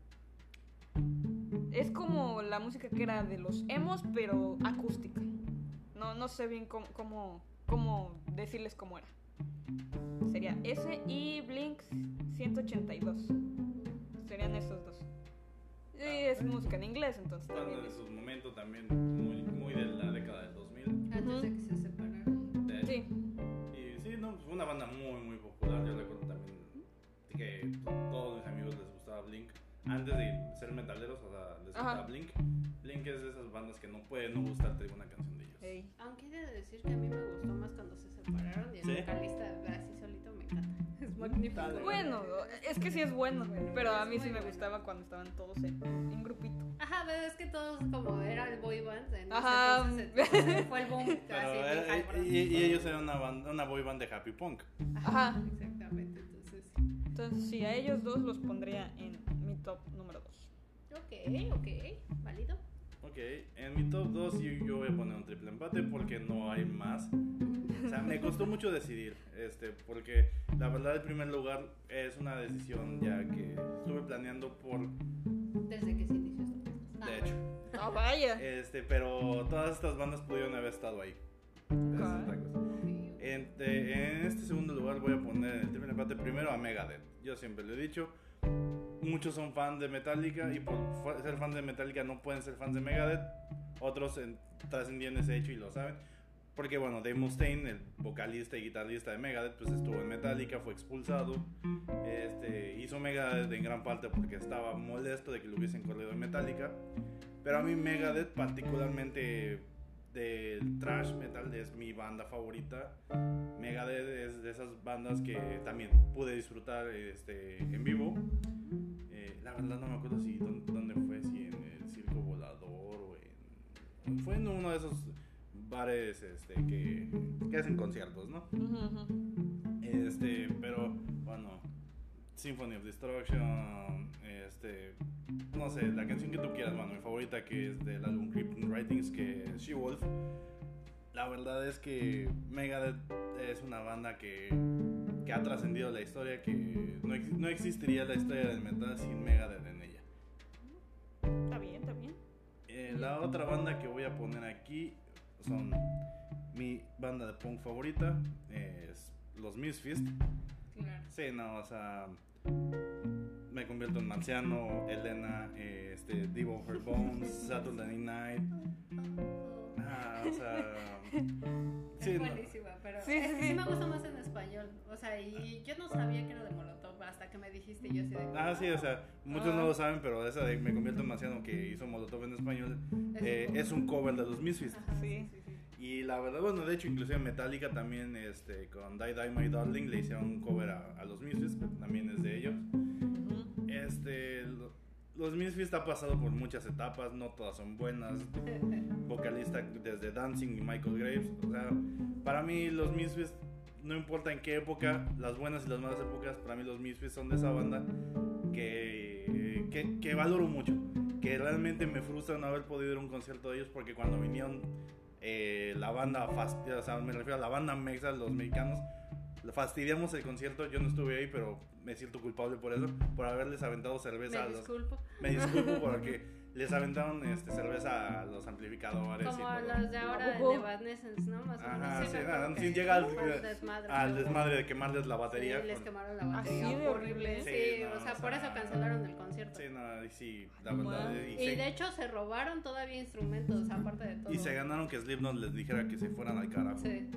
Es como la música que era de los emos, pero acústica. No, no sé bien cómo, cómo, cómo decirles cómo era. Sería ese y Blink 182. Serían esos dos. Y es música en inglés, entonces
Banda
también
de
es-
sus momentos también muy, muy de la década del 2000.
Antes de
Ujú.
que se separaran.
De-
Sí,
Y sí, no, fue una banda muy, muy popular. Yo recuerdo también que t- todos mis amigos les gustaba Blink. Antes de ser metaleros, o sea, les
Ajá.
gustaba Blink. Blink es de esas bandas que no puede no gustarte una canción de ellos.
ey,
Aunque he de decir que a mí me gustó más cuando se separaron y el
¿Sí?
vocalista así solito me encanta. [laughs] Es magnífico.
Dale.
Bueno, es que sí es bueno, pero a mí sí me
bueno.
gustaba cuando estaban todos en, en grupito.
Ajá, pero es que todos como era el boy band. en ese
Ajá.
entonces, entonces fue el boom.
[laughs] Pero,
así,
eh,
bien
eh,
cabrón.
y, y ellos eran una, banda, una boy band de happy punk.
Ajá.
Exactamente, entonces.
Entonces sí, a ellos dos los pondría en mi top número 2.
Ok, ok, válido.
Ok, en mi top 2 yo, yo voy a poner un triple empate porque no hay más. O sea, me costó mucho decidir, este, porque la verdad el primer lugar es una decisión ya que estuve planeando por,
Desde que se inició esta podcast.
de hecho,
Ah, vaya.
este, pero todas estas bandas pudieron haber estado ahí. Esa es otra cosa.
Ok.
En, de- en este segundo lugar voy a poner en el triple empate primero a Megadeth. Yo siempre lo he dicho. Muchos son fans de Metallica y por fa- ser fans de Metallica no pueden ser fans de Megadeth. Otros en- trascienden ese hecho y lo saben. Porque bueno, Dave Mustaine, el vocalista y guitarrista de Megadeth, pues estuvo en Metallica, fue expulsado. Este, hizo Megadeth en gran parte porque estaba molesto de que lo hubiesen corrido en Metallica. Pero a mí Megadeth particularmente del thrash metal es mi banda favorita. Megadeth es de esas bandas que también pude disfrutar este, en vivo. Eh, la verdad no me acuerdo si dón- dónde, fue, si en el Circo Volador o en... Fue en uno de esos bares este, que, que hacen conciertos, ¿no?
Ujú, ujú.
Este, pero bueno, Symphony of Destruction, este, no sé, la canción que tú quieras, bueno, mi favorita que es del álbum Creeping Writings, que es She Wolf. La verdad es que Megadeth es una banda que, que ha trascendido la historia, que no, ex- no existiría la historia del metal sin Megadeth en ella.
Está bien, está bien.
Eh, la otra banda que voy a poner aquí son mi banda de punk favorita, es los Misfits.
Claro.
Sí, no, o sea. Me convierto en marciano, Elena, eh, este, Divo Her Bones, Saturday Night. Ah, o sea.
Es
Sí, no.
buenísima, pero
Sí, sí,
es que
sí.
sí me gusta más en español. O sea, y yo no sabía que era de Molotov hasta que me dijiste y yo así de.
Ah, sí, o sea, muchos no lo saben, pero esa de Me convierto en marciano que hizo Molotov en español eh, es un cover de los Misfits.
"Ah, Ajá,
Sí.
sí, sí.
Y la verdad, bueno, de hecho, inclusive Metallica también este, con Die Die My Darling le hicieron un cover a, a los Misfits, pero también es de ellos.
Ujú.
Este, lo- los Misfits ha pasado por muchas etapas, no todas son buenas. [laughs] Vocalista desde Dancing y Michael Graves. O sea, para mí los Misfits, no importa en qué época, las buenas y las malas épocas, para mí los Misfits son de esa banda que, que, que valoro mucho. Que realmente me frustra no haber podido ir a un concierto de ellos porque cuando vinieron eh, la banda, fas- o sea, me refiero a la banda mexa, los mexicanos, fastidiamos el concierto, yo no estuve ahí, pero me siento culpable por eso, por haberles aventado cerveza
Me
a los...
disculpo.
Me disculpo porque les aventaron este, cerveza a los amplificadores. y
Como
todo.
los de ahora
Ujú.
de Bad Nessence, ¿no? Más o menos.
Ajá, sí,
me
nada,
acuerdo
sí,
que
llega al-
fue un desmadre.
Al desmadre de quemarles la batería.
Sí, les
con-
quemaron la batería.
Así de horrible.
horrible. Sí,
Sí, no,
o sea,
o
por
sea,
eso cancelaron el concierto.
Sí, no, y sí, la
Wow.
verdad. Y,
Y
se,
de hecho se robaron todavía instrumentos, aparte de todo.
y se ganaron que Slipknot les dijera que se fueran al carajo.
Sí,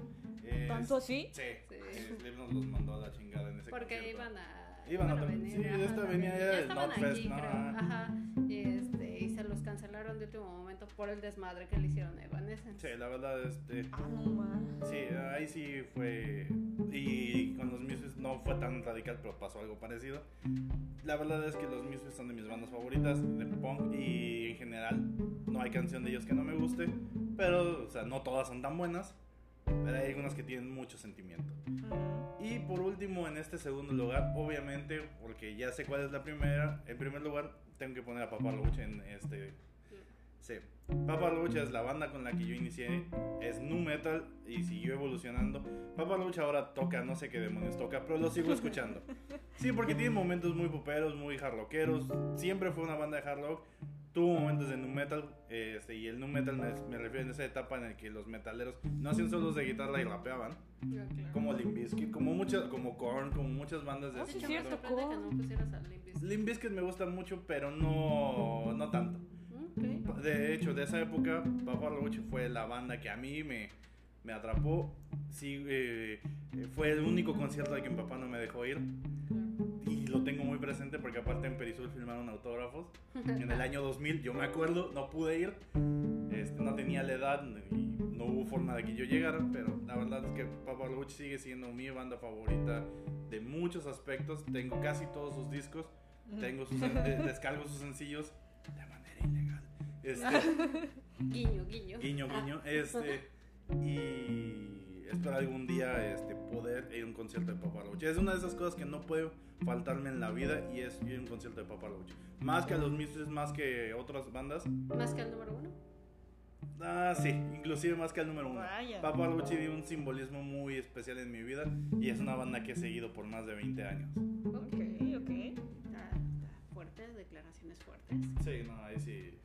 Eh,
¿Tanto así?
Sí,
Sí.
eh, Slipknot los mandó a la chingada en ese
porque
concierto.
iban a.
Iban a- sí,
ajá,
esta
también.
venía ya
Ya
del
estaban
Northfest,
aquí,
¿no?
creo. Ajá. Y, este, y se los cancelaron de último momento por el desmadre que le hicieron a
Sí,
Evanescence.
la verdad, este.
Ah, no ma.
Sí, ahí sí fue. Y con los Misfits no fue tan radical, pero pasó algo parecido. La verdad es que los Misfits son de mis bandas favoritas de punk y en general no hay canción de ellos que no me guste. Pero, o sea, no todas son tan buenas. Pero hay algunas que tienen mucho sentimiento.
Ujú.
Y por último, en este segundo lugar, obviamente, porque ya sé cuál es la primera, en primer lugar, tengo que poner a Papa Roach en este. Sí. Papa Roach es la banda con la que yo inicié, es nu metal y siguió evolucionando. Papa Roach ahora toca, no sé qué demonios toca, pero lo sigo escuchando. Sí, porque tiene momentos muy poperos, muy hard rockeros. Siempre fue una banda de hard rock. Tuvo momentos de nu metal, este, y el nu metal me, me refiero en esa etapa en la que los metaleros no hacían solos de guitarra y rapeaban
No, claro.
como Limp Bizkit, como muchas, como Korn, como muchas bandas de
Ah,
De
sí,
hecho,
ese
es
me
momento.
cierto,
sorprende que
¿cómo?
no pusieras a Limp Bizkit.
Limp Bizkit me gusta mucho, pero no, no tanto.
Mm, ok.
De hecho, de esa época, Papa Roach fue la banda que a mí me, me atrapó. Sí, eh, eh, fue el único concierto al que mi papá no me dejó ir. Y lo tengo muy presente porque aparte en Perisur filmaron autógrafos. En el año 2000, yo me acuerdo, no pude ir. Este, no tenía la edad y no hubo forma de que yo llegara. Pero la verdad es que Papa Roach sigue siendo mi banda favorita de muchos aspectos. Tengo casi todos sus discos. Tengo sus, de- descargo sus sencillos de manera ilegal. Este,
Guiño, guiño. Ah,
guiño, guiño. Este, y espero algún día este, poder ir a un concierto de Papa Roach. Es una de esas cosas que no puede faltarme en la vida y es ir a un concierto de Papa Roach. Más que a los Misfits, más que otras bandas.
Más que el número uno.
Ah, sí, inclusive más que al número uno.
Vaya.
Papa Roach tiene un simbolismo muy especial en mi vida y es una banda que he seguido por más de 20 años.
Ok, ok.
Está, está fuerte, declaraciones fuertes.
Sí, no, ahí sí.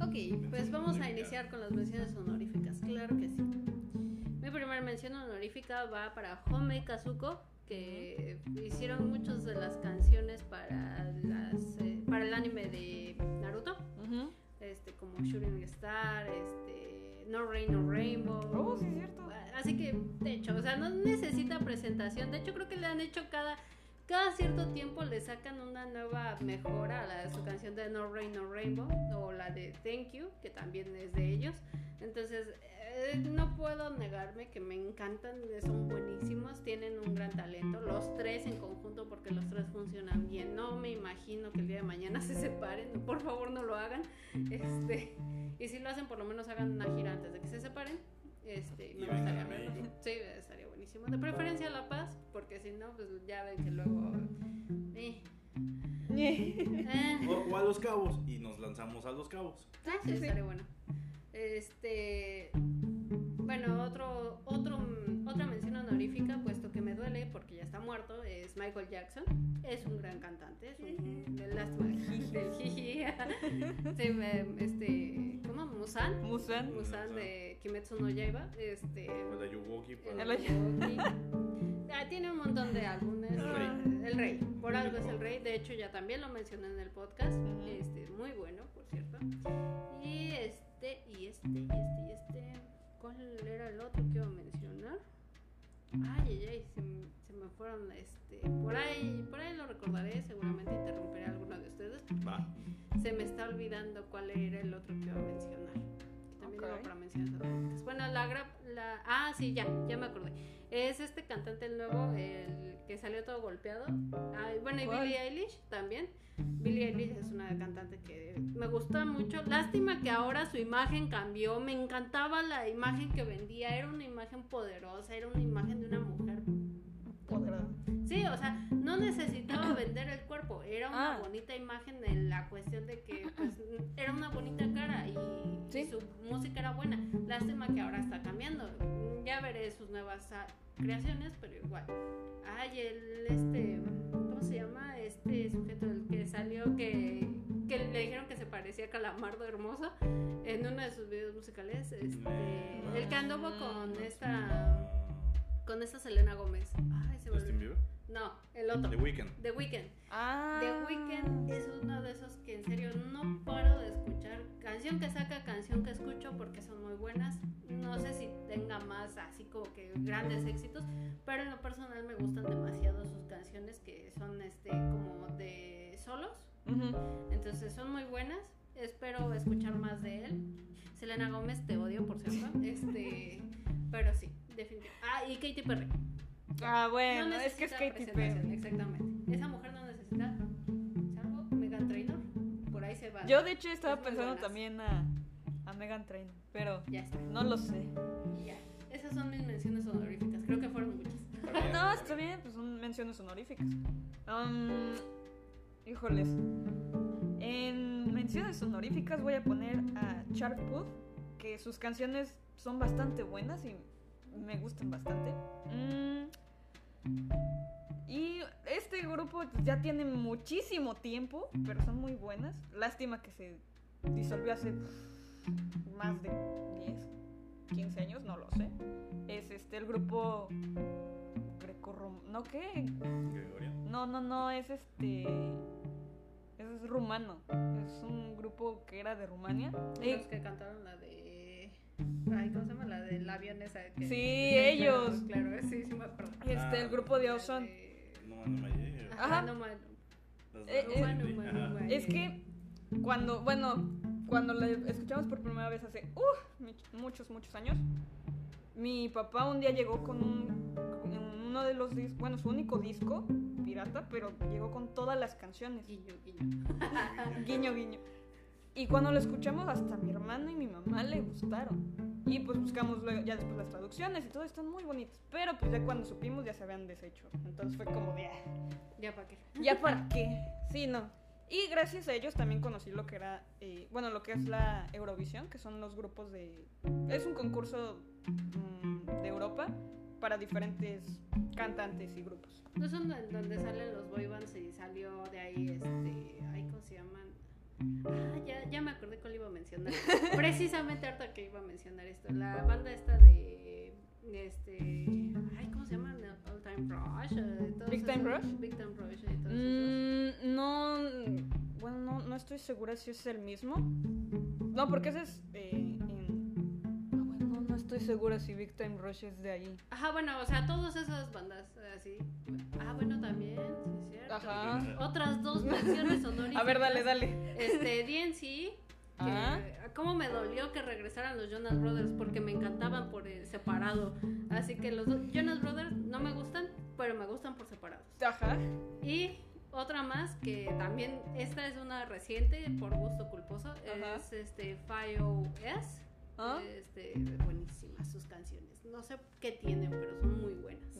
Ok, pues vamos a iniciar con las menciones honoríficas, claro que sí. Mi primera mención honorífica va para Home Kazuko, que hicieron muchas de las canciones para, las, eh, para el anime de Naruto,
Ujú.
este, como Shooting Star, este, No Rain, No Rainbow.
Oh, sí, es
[laughs]
cierto.
Así que, de hecho, o sea, no necesita presentación. De hecho, creo que le han hecho cada, cada cierto tiempo le sacan una nueva mejora a la de su canción de No Rain, No Rainbow o la de Thank You, que también es de ellos. Entonces, eh, no puedo negarme que me encantan, son buenísimos, tienen un gran talento, los tres en conjunto porque los tres funcionan bien. No me imagino que el día de mañana [laughs] se separen, por favor no lo hagan. Este, [laughs] y si lo hacen, por lo menos hagan una gira antes de que se separen. Este,
Y
me
vengan
gustaría
a
verlos.
México.
Sí, estaría buenísimo. De preferencia a La Paz, porque si no, pues ya ven que luego... eh, eh.
O, o a los cabos y nos lanzamos a los cabos.
Ah,
sí,
sí,
sí.
estaría bueno. Este. Bueno, otro, otro, otra mención honorífica, puesto que me duele porque ya está muerto, es Michael Jackson. Es un gran cantante, es un, del Last Man, del jiji. [laughs] Sí, me- este, ¿Cómo? Musan.
Musan.
Musan de Kimetsu no Yaiba. Este,
O de Yuwoki para-
El-
Ah, tiene un montón de álbumes.
El
Ah, el rey. Por
Muy
algo es
bueno.
el rey. De hecho, ya también lo mencioné en el podcast.
Ujú.
Este, muy bueno, por cierto. Y este, y este, y este, y este. ¿Cuál era el otro que iba a mencionar? Ay, ay, ay, se, me- se me fueron, este, por ahí, por ahí lo recordaré, seguramente interrumpiré a alguno de ustedes.
Va.
Se me está olvidando cuál era el otro que iba a mencionar. Que también iba
Ok.
para menciones honoríficas. Bueno, la, gra- la... Ah, sí, ya, ya me acordé. Es este cantante el nuevo, el que salió todo golpeado. Ay, bueno, y
¿Cuál?
Billie Eilish también. Billie Eilish es una cantante que me gusta mucho. Lástima que ahora su imagen cambió. Me encantaba la imagen que vendía. Era una imagen poderosa, era una imagen de una mujer
Podrá.
Sí, o sea, no
[clears throat]
necesitaba vender el cuerpo, era una
Ah.
bonita imagen en la cuestión de que pues, era una bonita cara y, y
Sí.
su música era buena. Lástima que ahora está cambiando. Ya veré sus nuevas ah, creaciones, pero igual. Ay, el este, ¿cómo se llama? Este sujeto el que salió que, que le dijeron que se parecía a Calamardo Hermoso en uno de sus videos musicales, este, el que anduvo con esta con esta Selena Gómez. Ay, se me
Justin
olvidó.
Bieber.
No, el otro.
The Weeknd.
The Weeknd.
Ah.
The Weeknd es uno de esos que en serio no paro de escuchar. Canción que saca, canción que escucho porque son muy buenas. No sé si tenga más así como que grandes éxitos, pero en lo personal me gustan demasiado sus canciones que son este como de solos.
Ujú.
Entonces son muy buenas. Espero escuchar más de él. Selena Gómez, te odio por cierto. Este, pero sí, definitivamente. Ah, y Katy Perry.
Ah,
No
bueno,
necesita
es que es Katy
presentación,
Perry.
Exactamente. Esa mujer no necesita, salvo Mega Trainor, por ahí se va.
Yo de hecho estaba
Es muy
pensando
buenas.
también a, a Megan Train, pero
Ya está.
no lo sé.
Y ya. Esas son mis menciones honoríficas. Creo que fueron muchas.
[laughs] No, está bien, pues son menciones honoríficas. Am, híjoles. En menciones honoríficas voy a poner a Shark Puth, que sus canciones son bastante buenas y me gustan bastante. Mm, Y este grupo ya tiene muchísimo tiempo, pero son muy buenas. Lástima que se disolvió hace más de 10, 15 años, no lo sé. Es este el grupo grecorrom... ¿No qué?
Gregorian.
No, no, no, es este... Es rumano. Es un grupo que era de Rumania. Eh,
Los que cantaron la de. Ay, ¿cómo se llama? La del avión esa. Que...
Sí, ellos.
Claro, claro, sí, sí me acuerdo. Eh,
Este, el grupo de Oson.
No, no me llegué.
Ajá.
Ajá, no man.
Las
Eh,
de-
eh,
Ajá.
Manu, Manu, Manu.
Es que cuando, bueno, cuando la escuchamos por primera vez hace uh, mi- muchos, muchos años, mi papá un día llegó con un- con uno de los discos, bueno, su único disco pirata, pero llegó con todas las canciones.
Guiño, guiño.
Guiño, guiño. Y cuando lo escuchamos, hasta mi hermano y mi mamá le gustaron. Y pues buscamos luego- ya después las traducciones y todo, están muy bonitas. Pero pues ya cuando supimos ya se habían deshecho. Entonces fue como de... "Ah".
Ya para qué.
¿Ya para qué? Sí, no. Y gracias a ellos también conocí lo que era, eh, bueno, lo que es la Eurovisión, que son los grupos de... Es un concurso mm, de Europa para diferentes cantantes y grupos.
No son don- donde salen los boy bands y salió de ahí este. Ay, ¿cómo se llaman? Ah, ya, ya me acordé cuál iba a
[laughs]
mencionar. Precisamente ahorita que iba a mencionar esto. La banda esta de. Este. Ay, ¿cómo se llaman? All Time Rush. eh, todos
Big Time
esos-
Rush?
Big Time Rush y todos esos.
Mm, no, bueno, no, no estoy segura si es el mismo. No, porque ese es... eh, en- ah, bueno, no estoy segura si Big Time Rush es de ahí.
Ajá, bueno, o sea, todas esas bandas así. Ah, bueno, también, sí, es cierto.
Ajá.
Otras dos menciones sonoras.
[laughs] A ver, dale, dale.
Este, DNC. que-
Ah.
Cómo me dolió que regresaran los Jonas Brothers porque me encantaban por el separado. Así que los dos- Jonas Brothers no me gustan, pero me gustan por separados.
Ajá.
Y otra más que también esta es una reciente por gusto culposo
Ajá.
es este FiOS.
¿Ah?
Este, buenísimas sus canciones. No sé qué tienen, pero son muy buenas.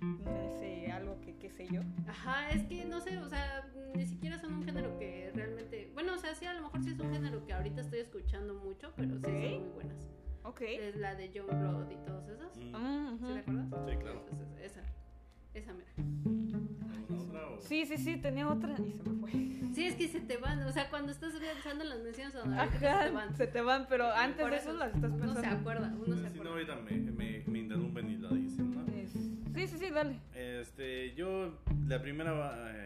Mm, no sé, algo que qué sé yo.
Ajá, es que no sé, o sea, ni siquiera son un género que realmente. Bueno, o sea, sí, a lo mejor sí es un género que ahorita estoy escuchando mucho, pero sí
Ok.
son muy buenas.
Ok.
Es la de John Blood y todos esos. ¿Sí
Mm,
Mm, ujú.
te acuerdas?
Sí, claro.
Entonces, esa. Esa, mira.
¿Alguna otra o-
Sí, sí, sí, tenía otra y se me fue.
Sí, es que se te van, o sea, cuando estás realizando las menciones honoríficas, se te
Ajá,
van.
se te van, pero antes
Por
de eso las estás
Uno se
pensando.
acuerda, uno se
Si
acuerda.
no, ahorita me, me, me interrumpen y la dicen, ¿no?
Es- Sí, sí, sí, dale.
Este, yo, la primera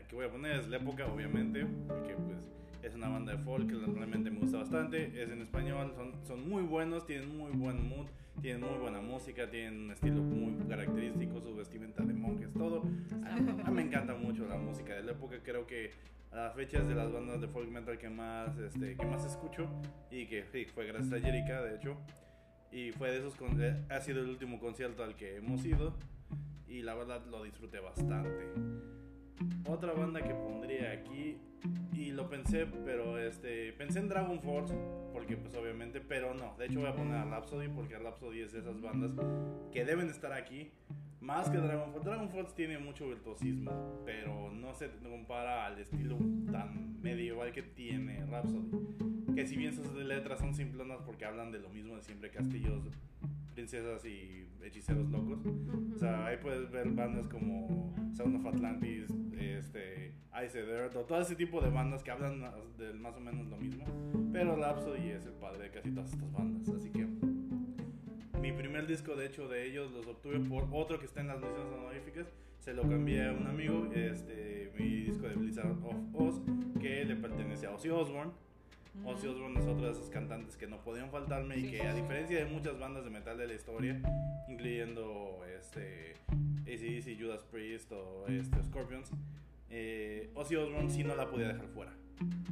eh, que voy a poner es La Época, obviamente, porque pues es una banda de folk que realmente me gusta bastante, es en español, son, son muy buenos, tienen muy buen mood, tienen muy buena música, tienen un estilo muy característico, su vestimenta de monjes, todo. A, a mí me encanta mucho la música de La Época, creo que a la fecha es de las bandas de folk metal que más, este, que más escucho y que sí, fue gracias a Jerica, de hecho. Y fue de esos, con- eh, ha sido el último concierto al que hemos ido y la verdad lo disfruté bastante. Otra banda que pondría aquí y lo pensé, pero este pensé en Dragon Force porque pues obviamente, pero no, de hecho voy a poner a Rhapsody porque Rhapsody es de esas bandas que deben estar aquí más que Dragon Force. Dragon Force tiene mucho virtuosismo, pero no se compara al estilo tan medieval que tiene Rhapsody. Que si bien sus letras son simplonas porque hablan de lo mismo de siempre, castillos, princesas y hechiceros locos.
Ujú.
O sea, ahí puedes ver bandas como Sound of Atlantis, este, Ice Earth, o todo ese tipo de bandas que hablan más- del más o menos lo mismo. Pero Rhapsody es el padre de casi todas estas bandas. Así que mi primer disco, de hecho, de ellos los obtuve por otro que está en las misiones honoríficas. Se lo cambié a un amigo, este, mi disco de Blizzard of Oz, que le pertenece a Ozzy Osbourne. Ozzy Osbourne es otro de esos cantantes que no podían faltarme y
Sí,
que
sí,
a
sí.
diferencia de muchas bandas de metal de la historia, incluyendo este AC/DC, Judas Priest o este, Scorpions, eh, Ozzy Osbourne sí no la podía dejar fuera.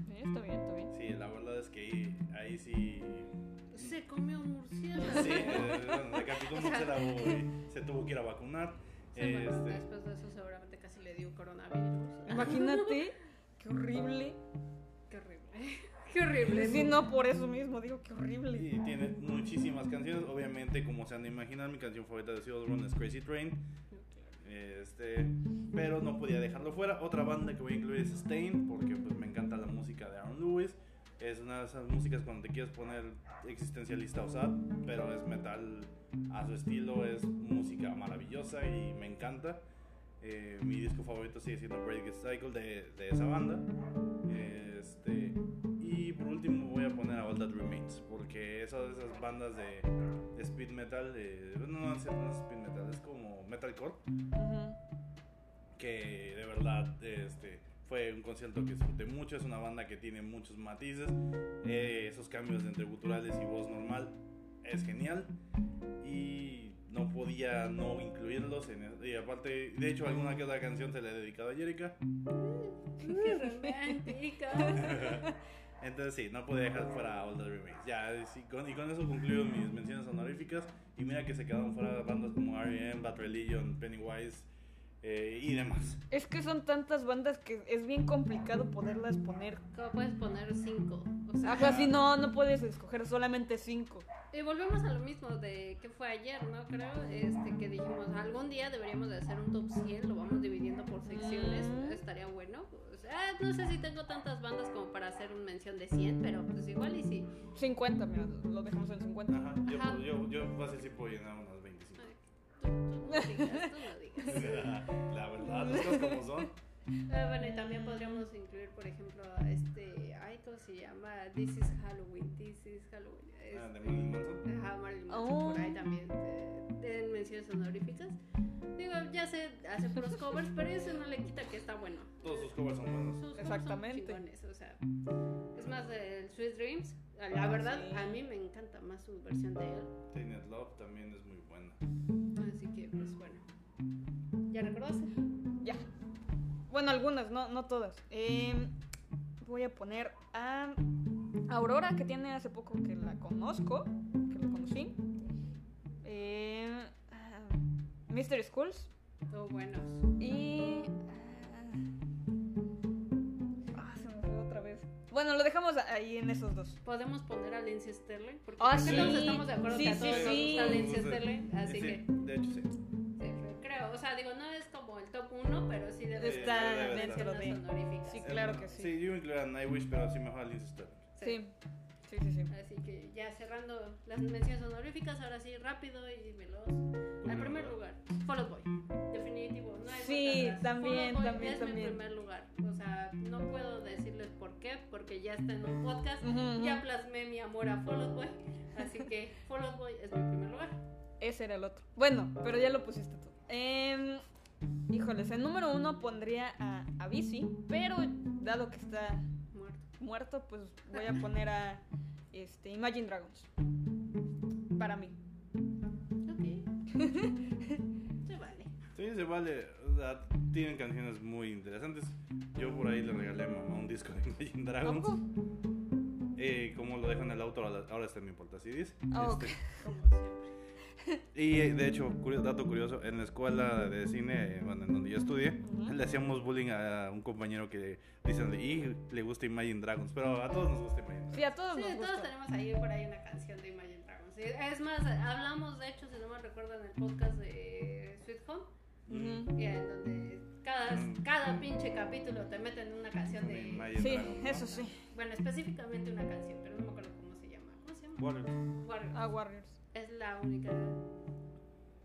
Sí, está bien, está bien.
Sí, la verdad es que ahí, ahí sí...
Se comió un [laughs] murciélago.
Sí, eh, bueno, decapitó un
[laughs]
murciélago y se tuvo que ir a vacunar.
Sí, bueno,
Este,
después de eso seguramente casi le dio coronavirus.
[laughs] Imagínate, qué horrible.
[laughs] Qué horrible. Qué horrible.
Sí, no, por eso mismo, digo que horrible.
Y tiene muchísimas canciones. Obviamente, como se han de imaginar, mi canción favorita de Seal Run es Crazy Train. Este, pero no podía dejarlo fuera. Otra banda que voy a incluir es Stain, porque pues, me encanta la música de Aaron Lewis. Es una de esas músicas cuando te quieres poner existencialista o sad, pero es metal a su estilo, es música maravillosa y me encanta. Eh, mi disco favorito sigue siendo Break the Cycle de, de esa banda. Este, y por último voy a poner a All That Remains, porque esa de esas bandas de, de speed metal, de, no, no, no es speed metal, es como metalcore,
Ujú.
que de verdad este, fue un concierto que disfruté mucho, es una banda que tiene muchos matices, eh, esos cambios entre guturales y voz normal es genial y no podía no incluirlos en el- y aparte de hecho alguna que otra canción se le he dedicado a Jerica
Qué romántica.
[laughs]
[laughs] entonces sí no podía dejar fuera a All That Remains ya es- y con, y con eso concluyo mis menciones honoríficas y mira que se quedaron fuera bandas como R.E.M., Bad Religion, Pennywise eh, y demás
Es que son tantas bandas que es bien complicado poderlas poner.
¿Cómo puedes poner cinco? O sea,
Ajá, sí, no, no puedes escoger solamente cinco.
Y volvemos a lo mismo de que fue ayer, ¿no? Creo este, que dijimos, algún día deberíamos de hacer un top 100, lo vamos dividiendo por secciones,
Mm.
estaría bueno. O sea, ah, no sé si tengo tantas bandas como para hacer una mención de 100, pero pues igual y sí.
50, mira, lo dejamos en 50.
Ajá, yo,
Ajá.
yo, yo fácil sí puedo llenar unas 25
Ay, Tú, tú no digas, tú no digas.
[laughs] la verdad las cosas como son
[laughs] Ah, bueno, y también podríamos incluir, por ejemplo, a este, ay, ¿cómo se llama? This is Halloween, This is Halloween.
Ah, de
este,
Marilyn Manson
Ajá, Marilyn Manson
Oh.
por ahí también. eh, en menciones honoríficas. Digo, ya se hace puros covers, pero eso no le quita que está bueno.
todos sus covers son buenos
Sus covers son
Exactamente.
chingones, o sea, es más, el Sweet Dreams, la- la verdad,
Ah, Sí.
a mí me encanta más su versión de él.
Tainted Love también es muy buena.
Así que, pues bueno. ¿Ya recordaste?
Ya. Bueno, algunas, no, no todas. Eh, voy a poner a Aurora, que tiene hace poco que la conozco, que la conocí. Eh, ah, Mr. Schools.
Todo buenos.
Y. eh, Ah, se me fue otra vez. Bueno, lo dejamos ahí en esos dos.
Podemos poner a Lindsay Sterling, porque
Ah,
creo que todos
sí.
estamos de acuerdo
Sí,
que a
sí,
todos nos
sí.
gusta Lindsay Sterling, así
Sí,
que
De hecho, sí.
sí, creo, o sea, digo, no es como el top 1, pero sí debe
Está
estar
dentro
de-
honoríficas.
Sí, claro
Eh,
que sí.
Sí, yo incluía a Nightwish, pero sí mejor a Liz Sterling.
Sí. Sí, sí, sí.
Así que ya cerrando las menciones honoríficas, ahora sí, rápido y dímelos. Al primer lugar, Fall Out Boy. Definitivo, no hay
Sí,
vuelta atrás.
también,
Fall Out Boy
también,
es
también.
mi primer lugar. O sea, no puedo decirles por qué, porque ya está en un podcast.
Ujú, ujú.
Ya plasmé mi amor a Fall Out Boy. Así que Fall Out Boy es mi primer lugar.
Ese era el otro. Bueno, pero ya lo pusiste tú. Em, híjoles, en número uno pondría a, a Bici, pero dado que está
Muerto.
muerto, pues voy a poner a este, Imagine Dragons. Para mí.
Ok.
[laughs]
Se vale.
Sí, se vale. O sea, tienen canciones muy interesantes. Yo por ahí le regalé a mi mamá un disco de Imagine Dragons.
Ojo.
Eh, como lo dejan en el auto, ahora ahora está en mi porta CDs.
Ah, ok.
Como siempre.
[laughs] Y eh, de hecho, curio- dato curioso, en la escuela de cine, eh, bueno, en donde yo estudié,
Ujú.
le hacíamos bullying a un compañero que dicen, y le gusta Imagine Dragons, pero a todos nos gusta Imagine Dragons.
Sí, a todos
Sí,
nos
todos
gusta.
tenemos ahí por ahí una canción de Imagine Dragons. Sí, Es más, hablamos de hecho, si no me recuerdo, en el podcast de Sweet Home.
Mm.
Ujú.
Ya, en donde cada,
Mm.
cada pinche capítulo te meten una canción
De
de...
Imagine
Sí,
Dragons, ¿no?
eso sí.
Bueno, específicamente una canción, pero no me acuerdo cómo se llama. ¿Cómo se llama?
Warriors.
Warriors.
A Warriors.
Es la única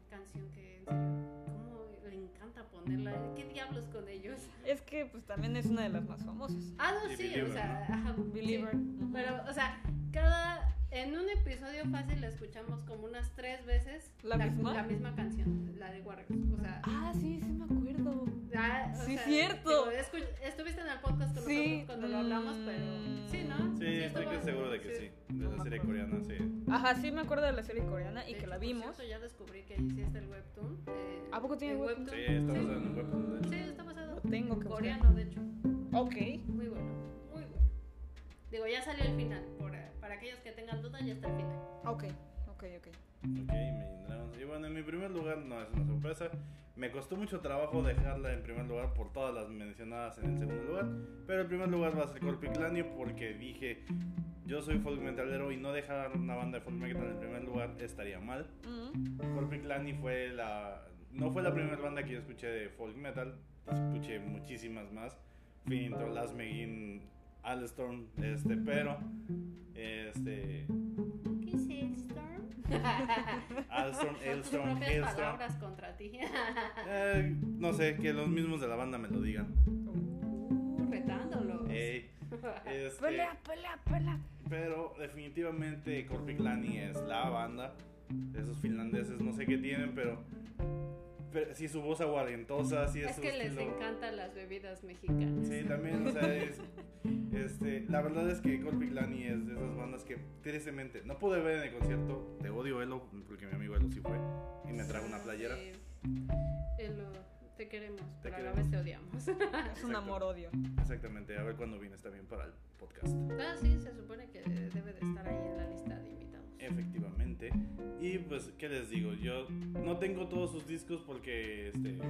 canción que, en serio, cómo le encanta ponerla. ¿Qué diablos con ellos?
Es que pues también es una de las más famosas.
Ah, no,
Y
sí,
Believer,
o sea... ajá, sí.
Believer. Ujú.
Pero, o sea, cada... En un episodio fácil la escuchamos como unas tres veces.
¿La misma?
La misma canción, la de Warriors. O sea...
Ah, sí, sí me acuerdo.
Ah, o
Sí,
sea,
cierto.
digo, escu- estuviste en el podcast con
Sí.
nosotros cuando lo hablamos, pero sí, ¿no?
Sí, estoy
estuvo-
que seguro de que sí. De
No
la
me
serie
acuerdo.
coreana, sí.
Ajá, sí me acuerdo de la serie coreana y
De
que
hecho, pues,
la
por
vimos.
cierto, ya descubrí que hiciste el webtoon. eh,
¿A poco tiene
el
webtoon?
Sí, está
Sí.
basado en un webtoon, de
Sí,
hecho.
está
Lo
basado.
tengo que buscar.
Coreano, de hecho.
Ok.
Muy bueno, muy bueno. Digo, ya salió el final. por, eh, para aquellos que tengan dudas, ya está el final.
Ok. ok. Ok, ok.
Ok, Imagine Dragons. Y bueno, en mi primer lugar no es una sorpresa. Me costó mucho trabajo dejarla en primer lugar por todas las mencionadas en el segundo lugar. Pero el primer lugar va a ser Corpiclanio porque dije, yo soy folk metalero y no dejar una banda de folk metal en primer lugar estaría mal.
Uh,
Mm,
Corpiclani fue la... No fue la primera banda que yo escuché de folk metal. Escuché muchísimas más. Finito, Last Megin, Alstorm, este, pero...
[laughs]
Este...
¿Qué es el
[laughs]
Storm?
Alstorm,
Tus
Elstorm,
propias
Elstorm.
palabras contra ti. [laughs]
Eh, no sé, que los mismos de la banda me lo digan.
Uh, retándolos. [laughs]
Ey, este,
Pelea, pelea, pelea.
pero definitivamente Korpiklani es la banda. Esos finlandeses no sé qué tienen, pero, pero sí su voz aguarentosa, sí es,
es
su
que les
estilo.
encantan las bebidas mexicanas.
Sí, también, o sea, es- este, la verdad es que Korpiklani es de esas bandas que tristemente no pude ver en el concierto. Te odio Elo porque mi amigo Elo sí fue y me trajo una playera.
Sí. Elo, eh, te queremos, pero a la vez
queremos.
te odiamos. [laughs]
Es un
Exacto.
amor-odio.
Exactamente, a ver cuándo vienes también para el podcast.
Ah, sí, se supone que debe de estar ahí en la lista de invitados.
Em. Efectivamente. Y pues, ¿qué les digo? Yo no tengo todos sus discos porque este, pues,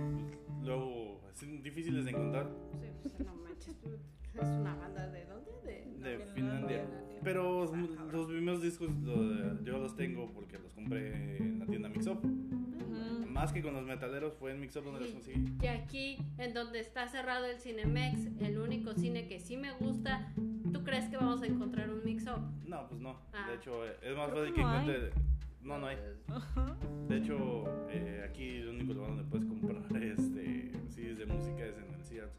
luego son difíciles de encontrar
Sí, pues, no manches, tú- es una banda de dónde? De,
de
Finlandia.
Finlandia.
Finlandia.
Pero los,
Ah, cabrón.
los primeros discos lo- yo los tengo porque los compré en la tienda Mix Up.
Mm,
Más que con los metaleros, fue en Mix Up donde los
Sí.
conseguí.
Y aquí, en donde está cerrado el Cinemex, el único cine que sí me gusta, ¿tú crees que vamos a encontrar un mix-up?
No, pues no.
Ah.
De hecho, eh, es más
Creo
fácil
que
que
no hay.
encuentre. No, no hay. De hecho, eh, aquí el único lugar donde puedes comprar [laughs] este, CDs de música es en el Sears.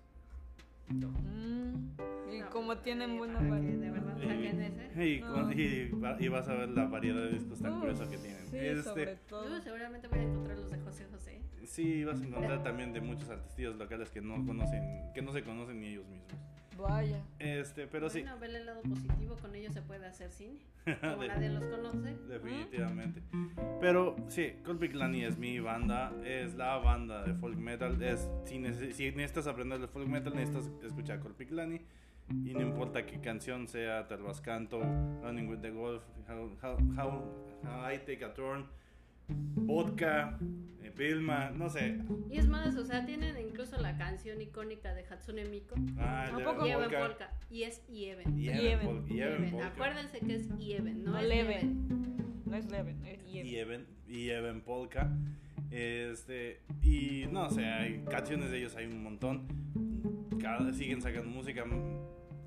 mm. Y
No,
como
pues,
tienen
eh,
buena
para que
variedad.
De verdad,
Y-
saquen ese.
Y,
No.
con- y va- y vas a ver la variedad de discos tan
Uf,
gruesos que tienen.
Sí, sobre
este,
todo.
Yo seguramente voy a encontrar los de José José.
sí, vas a encontrar también de muchos artistas locales que no conocen, que no se conocen ni ellos mismos.
Vaya.
Este, pero sí,
Bueno, vele el lado positivo, con ellos se puede hacer
[laughs]
cine. Como
de-
nadie los conoce.
definitivamente. Pero sí, Coldplay Clanney es mi banda, es la banda de folk metal. Es, si, neces- si necesitas aprender de folk metal, necesitas escuchar Coldplay Clanney. Y no importa qué canción sea, Tarvascanto, Running with the Golf, How, How- How- How I Take a Turn, Vodka, eh, Vilma, no sé.
Y es más, o sea, tienen incluso la canción icónica de Hatsune Miku.
Ah,
¿A
de-
poco?
Yeven
Vodka.
Polka. Y es Yeven.
Y Evan
Yeven.
Pol- y Evan
Yeven.
Polka.
Acuérdense que es Yeven, no
No
es
Leven.
Leven.
No es Leven, es Iev.
y Evan, y Evan Polka. Este, y no sé, hay canciones de ellos, hay un montón. Cada, siguen sacando música.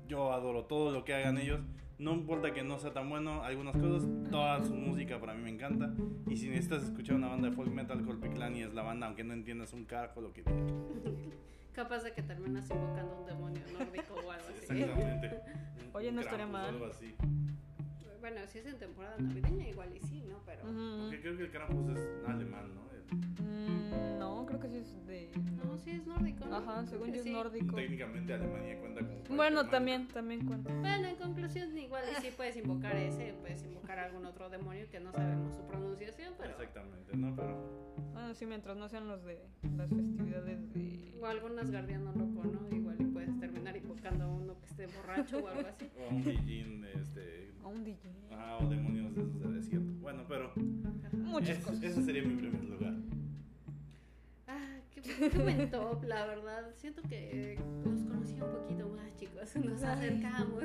Yo adoro todo lo que hagan ellos. No importa que no sea tan bueno, algunas cosas, toda su música para mí me encanta. Y si necesitas escuchar una banda de folk metal, Corpi Clan y es la banda, aunque no entiendas un carajo lo que dice.
Capaz de que terminas invocando un demonio nórdico o algo así.
Exactamente.
[laughs] Oye, no estaría
Krampus,
mal.
Algo así.
Bueno, si es en temporada navideña, igual y sí, ¿no? Pero.
Ujú.
Porque creo que el Krampus es alemán, ¿no? El-
Mm, no, creo que sí es de.
No, sí es nórdico. ¿no?
Ajá, según yo es
Sí.
nórdico.
Técnicamente Alemania cuenta como país
Bueno,
germánico.
también, también cuenta.
Bueno, en conclusión, igual y sí puedes invocar ese, puedes invocar algún otro demonio que no sabemos su pronunciación, pero.
Exactamente, ¿no? Pero.
Bueno, sí, mientras no sean los de las festividades
O
de.
algunas guardiano loco, ¿no? Igual y puedes terminar invocando a uno que esté borracho o algo
[laughs]
así.
O un villín, este.
A un DJ.
Ah, o demonios de esos de desierto. Bueno, pero.
Muchas
es-
cosas.
Ese sería mi primer lugar.
Ah, qué, qué buen top, la verdad. Siento que los conocí un poquito más, chicos. Nos
[laughs]
acercamos.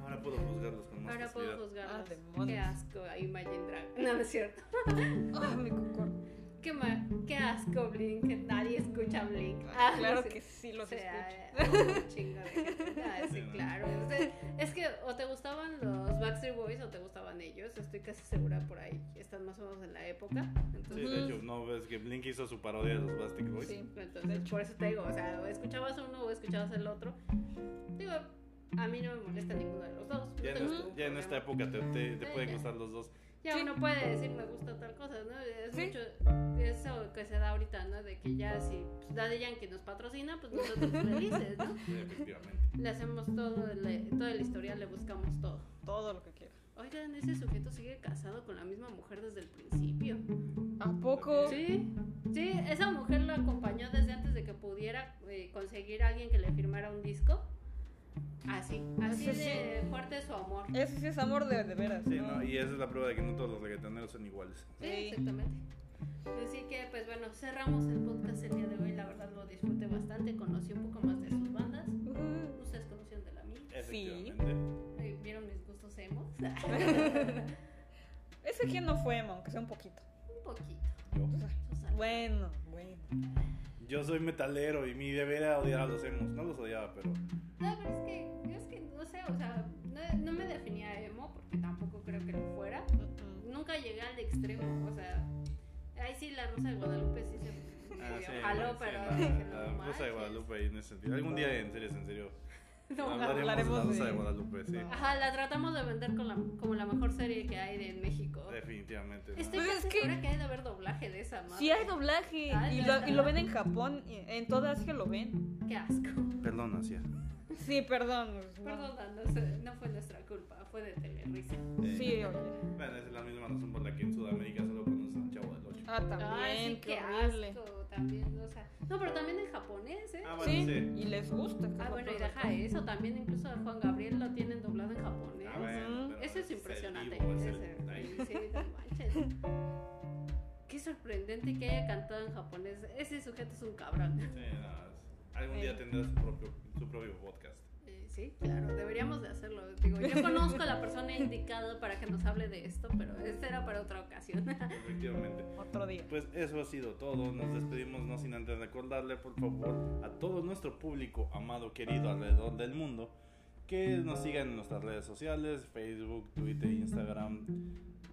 Ahora puedo juzgarlos con más
Ahora puedo
facilidad.
juzgarlos.
Ah, demonios.
qué asco, Imagine Dragon. No, no es cierto.
Ah, mi cocor.
Qué, ma- qué asco, Blink. Nadie escucha Blink.
Ah,
Ah,
claro
sí.
que sí los
O sea,
escucho.
[laughs] un chingo de
[laughs]
gente. Ah, sí,
Sí, ¿no?
claro. O sea, es que o te gustaban los Backstreet Boys o te gustaban ellos. Estoy casi segura por ahí. Están más o menos en la época.
Sí,
Entonces,
de hecho, no ves que Blink hizo su parodia de los Bastic Boys.
Sí.
entonces, por eso te digo, o sea, o escuchabas uno o escuchabas el otro. Digo, a mí no me molesta ninguno de los dos. No
Ya, en
tengo
esta-
ningún
ya en
problema.
esta época te, te, te
Sí,
pueden
ya.
gustar los dos.
Ya
Sí.
uno puede decir me gusta tal cosa, ¿no? Es
Sí.
mucho eso que se da ahorita, ¿no? De que ya si pues, Daddy Yankee nos patrocina, pues nosotros felices, ¿no?
Efectivamente.
Le hacemos todo, le- todo el historial, le buscamos todo.
Todo lo que quiera.
Oigan, ese sujeto sigue casado con la misma mujer desde el principio.
¿A poco?
Sí, sí, esa mujer lo acompañó desde antes de que pudiera eh, conseguir a alguien que le firmara un disco. Así, así
Ese
de fuerte su amor.
Ese sí es amor de, de veras.
Sí,
¿no?
¿no? Y esa es la prueba de que no todos los reggaetoneros son iguales.
Sí,
Sí.
exactamente. Así que, pues bueno, cerramos el podcast el día de hoy. La verdad lo disfruté bastante. Conocí un poco más de sus bandas.
Ujú.
Ustedes conocieron de la mía.
Efectivamente.
Eh, Vieron mis gustos emos.
[laughs]
[laughs]
Ese quien no fue emo, aunque sea un poquito.
un poquito.
Yo.
Pues, ay,
Susana.
Bueno, bueno.
Yo soy metalero y mi deber era odiar a los emos. No los odiaba, pero.
No, pero es que, yo es que no sé, o sea, no, no me definía emo porque tampoco creo que lo fuera.
Ujú.
Nunca llegué al extremo, o sea, ahí sí la Rosa de Guadalupe sí se
Ah,
medio
sí,
jaló,
sí,
pero
la-
dije, [laughs] no
la Rosa de
manches.
Guadalupe ahí en ese sentido. Algún día, en serio, en
[laughs]
serio.
No,
hablaremos de la
hablaremos
Rosa
de-
de Guadalupe, sí.
No.
Ajá, la tratamos de vender con la- como la mejor serie que hay de en México.
Definitivamente. ¿no?
Estoy
Pues
casi
es que-
segura que hay de haber doblaje de esa madre.
Sí hay doblaje.
Ay,
y,
ya
lo, y
está.
lo ven en Japón. y En toda Asia lo ven.
Qué asco.
Perdón, Asia.
Sí, perdón. pues, no.
Perdona, no, sé, no fue nuestra culpa, fue de Telerisa.
Eh,
Sí, oye.
Bueno, esa es la misma razón por la que en Sudamérica solo conocen al Chavo del Ocho.
Ah, también.
Ay, sí,
qué,
qué
horrible.
asco. También, o sea, no, pero también en japonés, ¿eh?
Ah, bueno,
Sí,
sí.
y les gusta. que
Ah,
es
bueno, y
otro
deja eso. También incluso a Juan Gabriel lo tienen doblado en japonés.
Ah, bueno, pero
Eso es
el
impresionante.
vivo, es el-
ese-
ahí.
sí, no manches. Qué sorprendente que haya cantado en japonés. Ese sujeto es un cabrón.
Sí, nada más. Algún
Sí.
día tendrá su propio, su propio podcast.
Eh, Sí, claro, deberíamos de hacerlo. Digo, yo conozco a la persona indicada para que nos hable de esto, pero este era para otra
[laughs]
ocasión.
Efectivamente.
Otro día.
Pues eso ha sido todo. Nos despedimos no sin antes recordarle, por favor, a todo nuestro público amado, querido alrededor del mundo, que nos sigan en nuestras redes sociales, Facebook, Twitter, Instagram,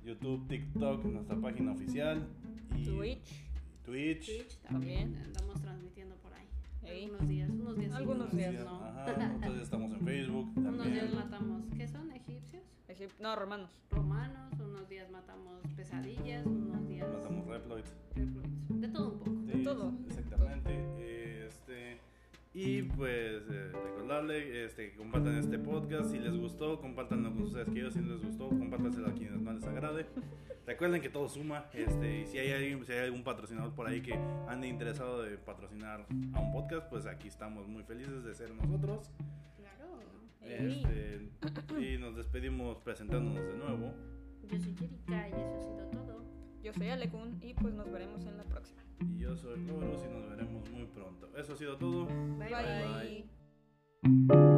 YouTube, TikTok, nuestra página oficial y
Twitch.
Twitch.
Twitch también andamos transmitiendo por ahí.
Ey.
Algunos días, unos días. sí,
Algunos
unos
días.
no.
Ajá, otros días estamos en
[laughs]
Facebook
Unos días
también.
matamos. ¿Qué son? ¿Egipcios?
Egip- No, romanos.
romanos, unos días matamos pesadillas, unos días
Matamos Reploids.
reploids, de todo un poco.
Sí,
De todo.
Exactamente. Este, y pues eh, recordarle este, que compartan este podcast. Si les gustó, compártanlo con sus seres queridos. Si no les gustó, compártanselo a quienes no les
[laughs]
agrade. Recuerden que todo suma. Este, y si hay, alguien, si hay algún patrocinador por ahí que ande interesado de patrocinar a un podcast, pues aquí estamos muy felices de ser nosotros.
Claro.
Ey.
Este, y nos despedimos presentándonos de nuevo.
Yo soy Jerica y eso ha sido todo.
Yo soy Alecun y pues nos veremos en la próxima.
Y yo soy Horus y nos veremos muy pronto. Eso ha sido todo.
Bye
Bye.
bye.
bye.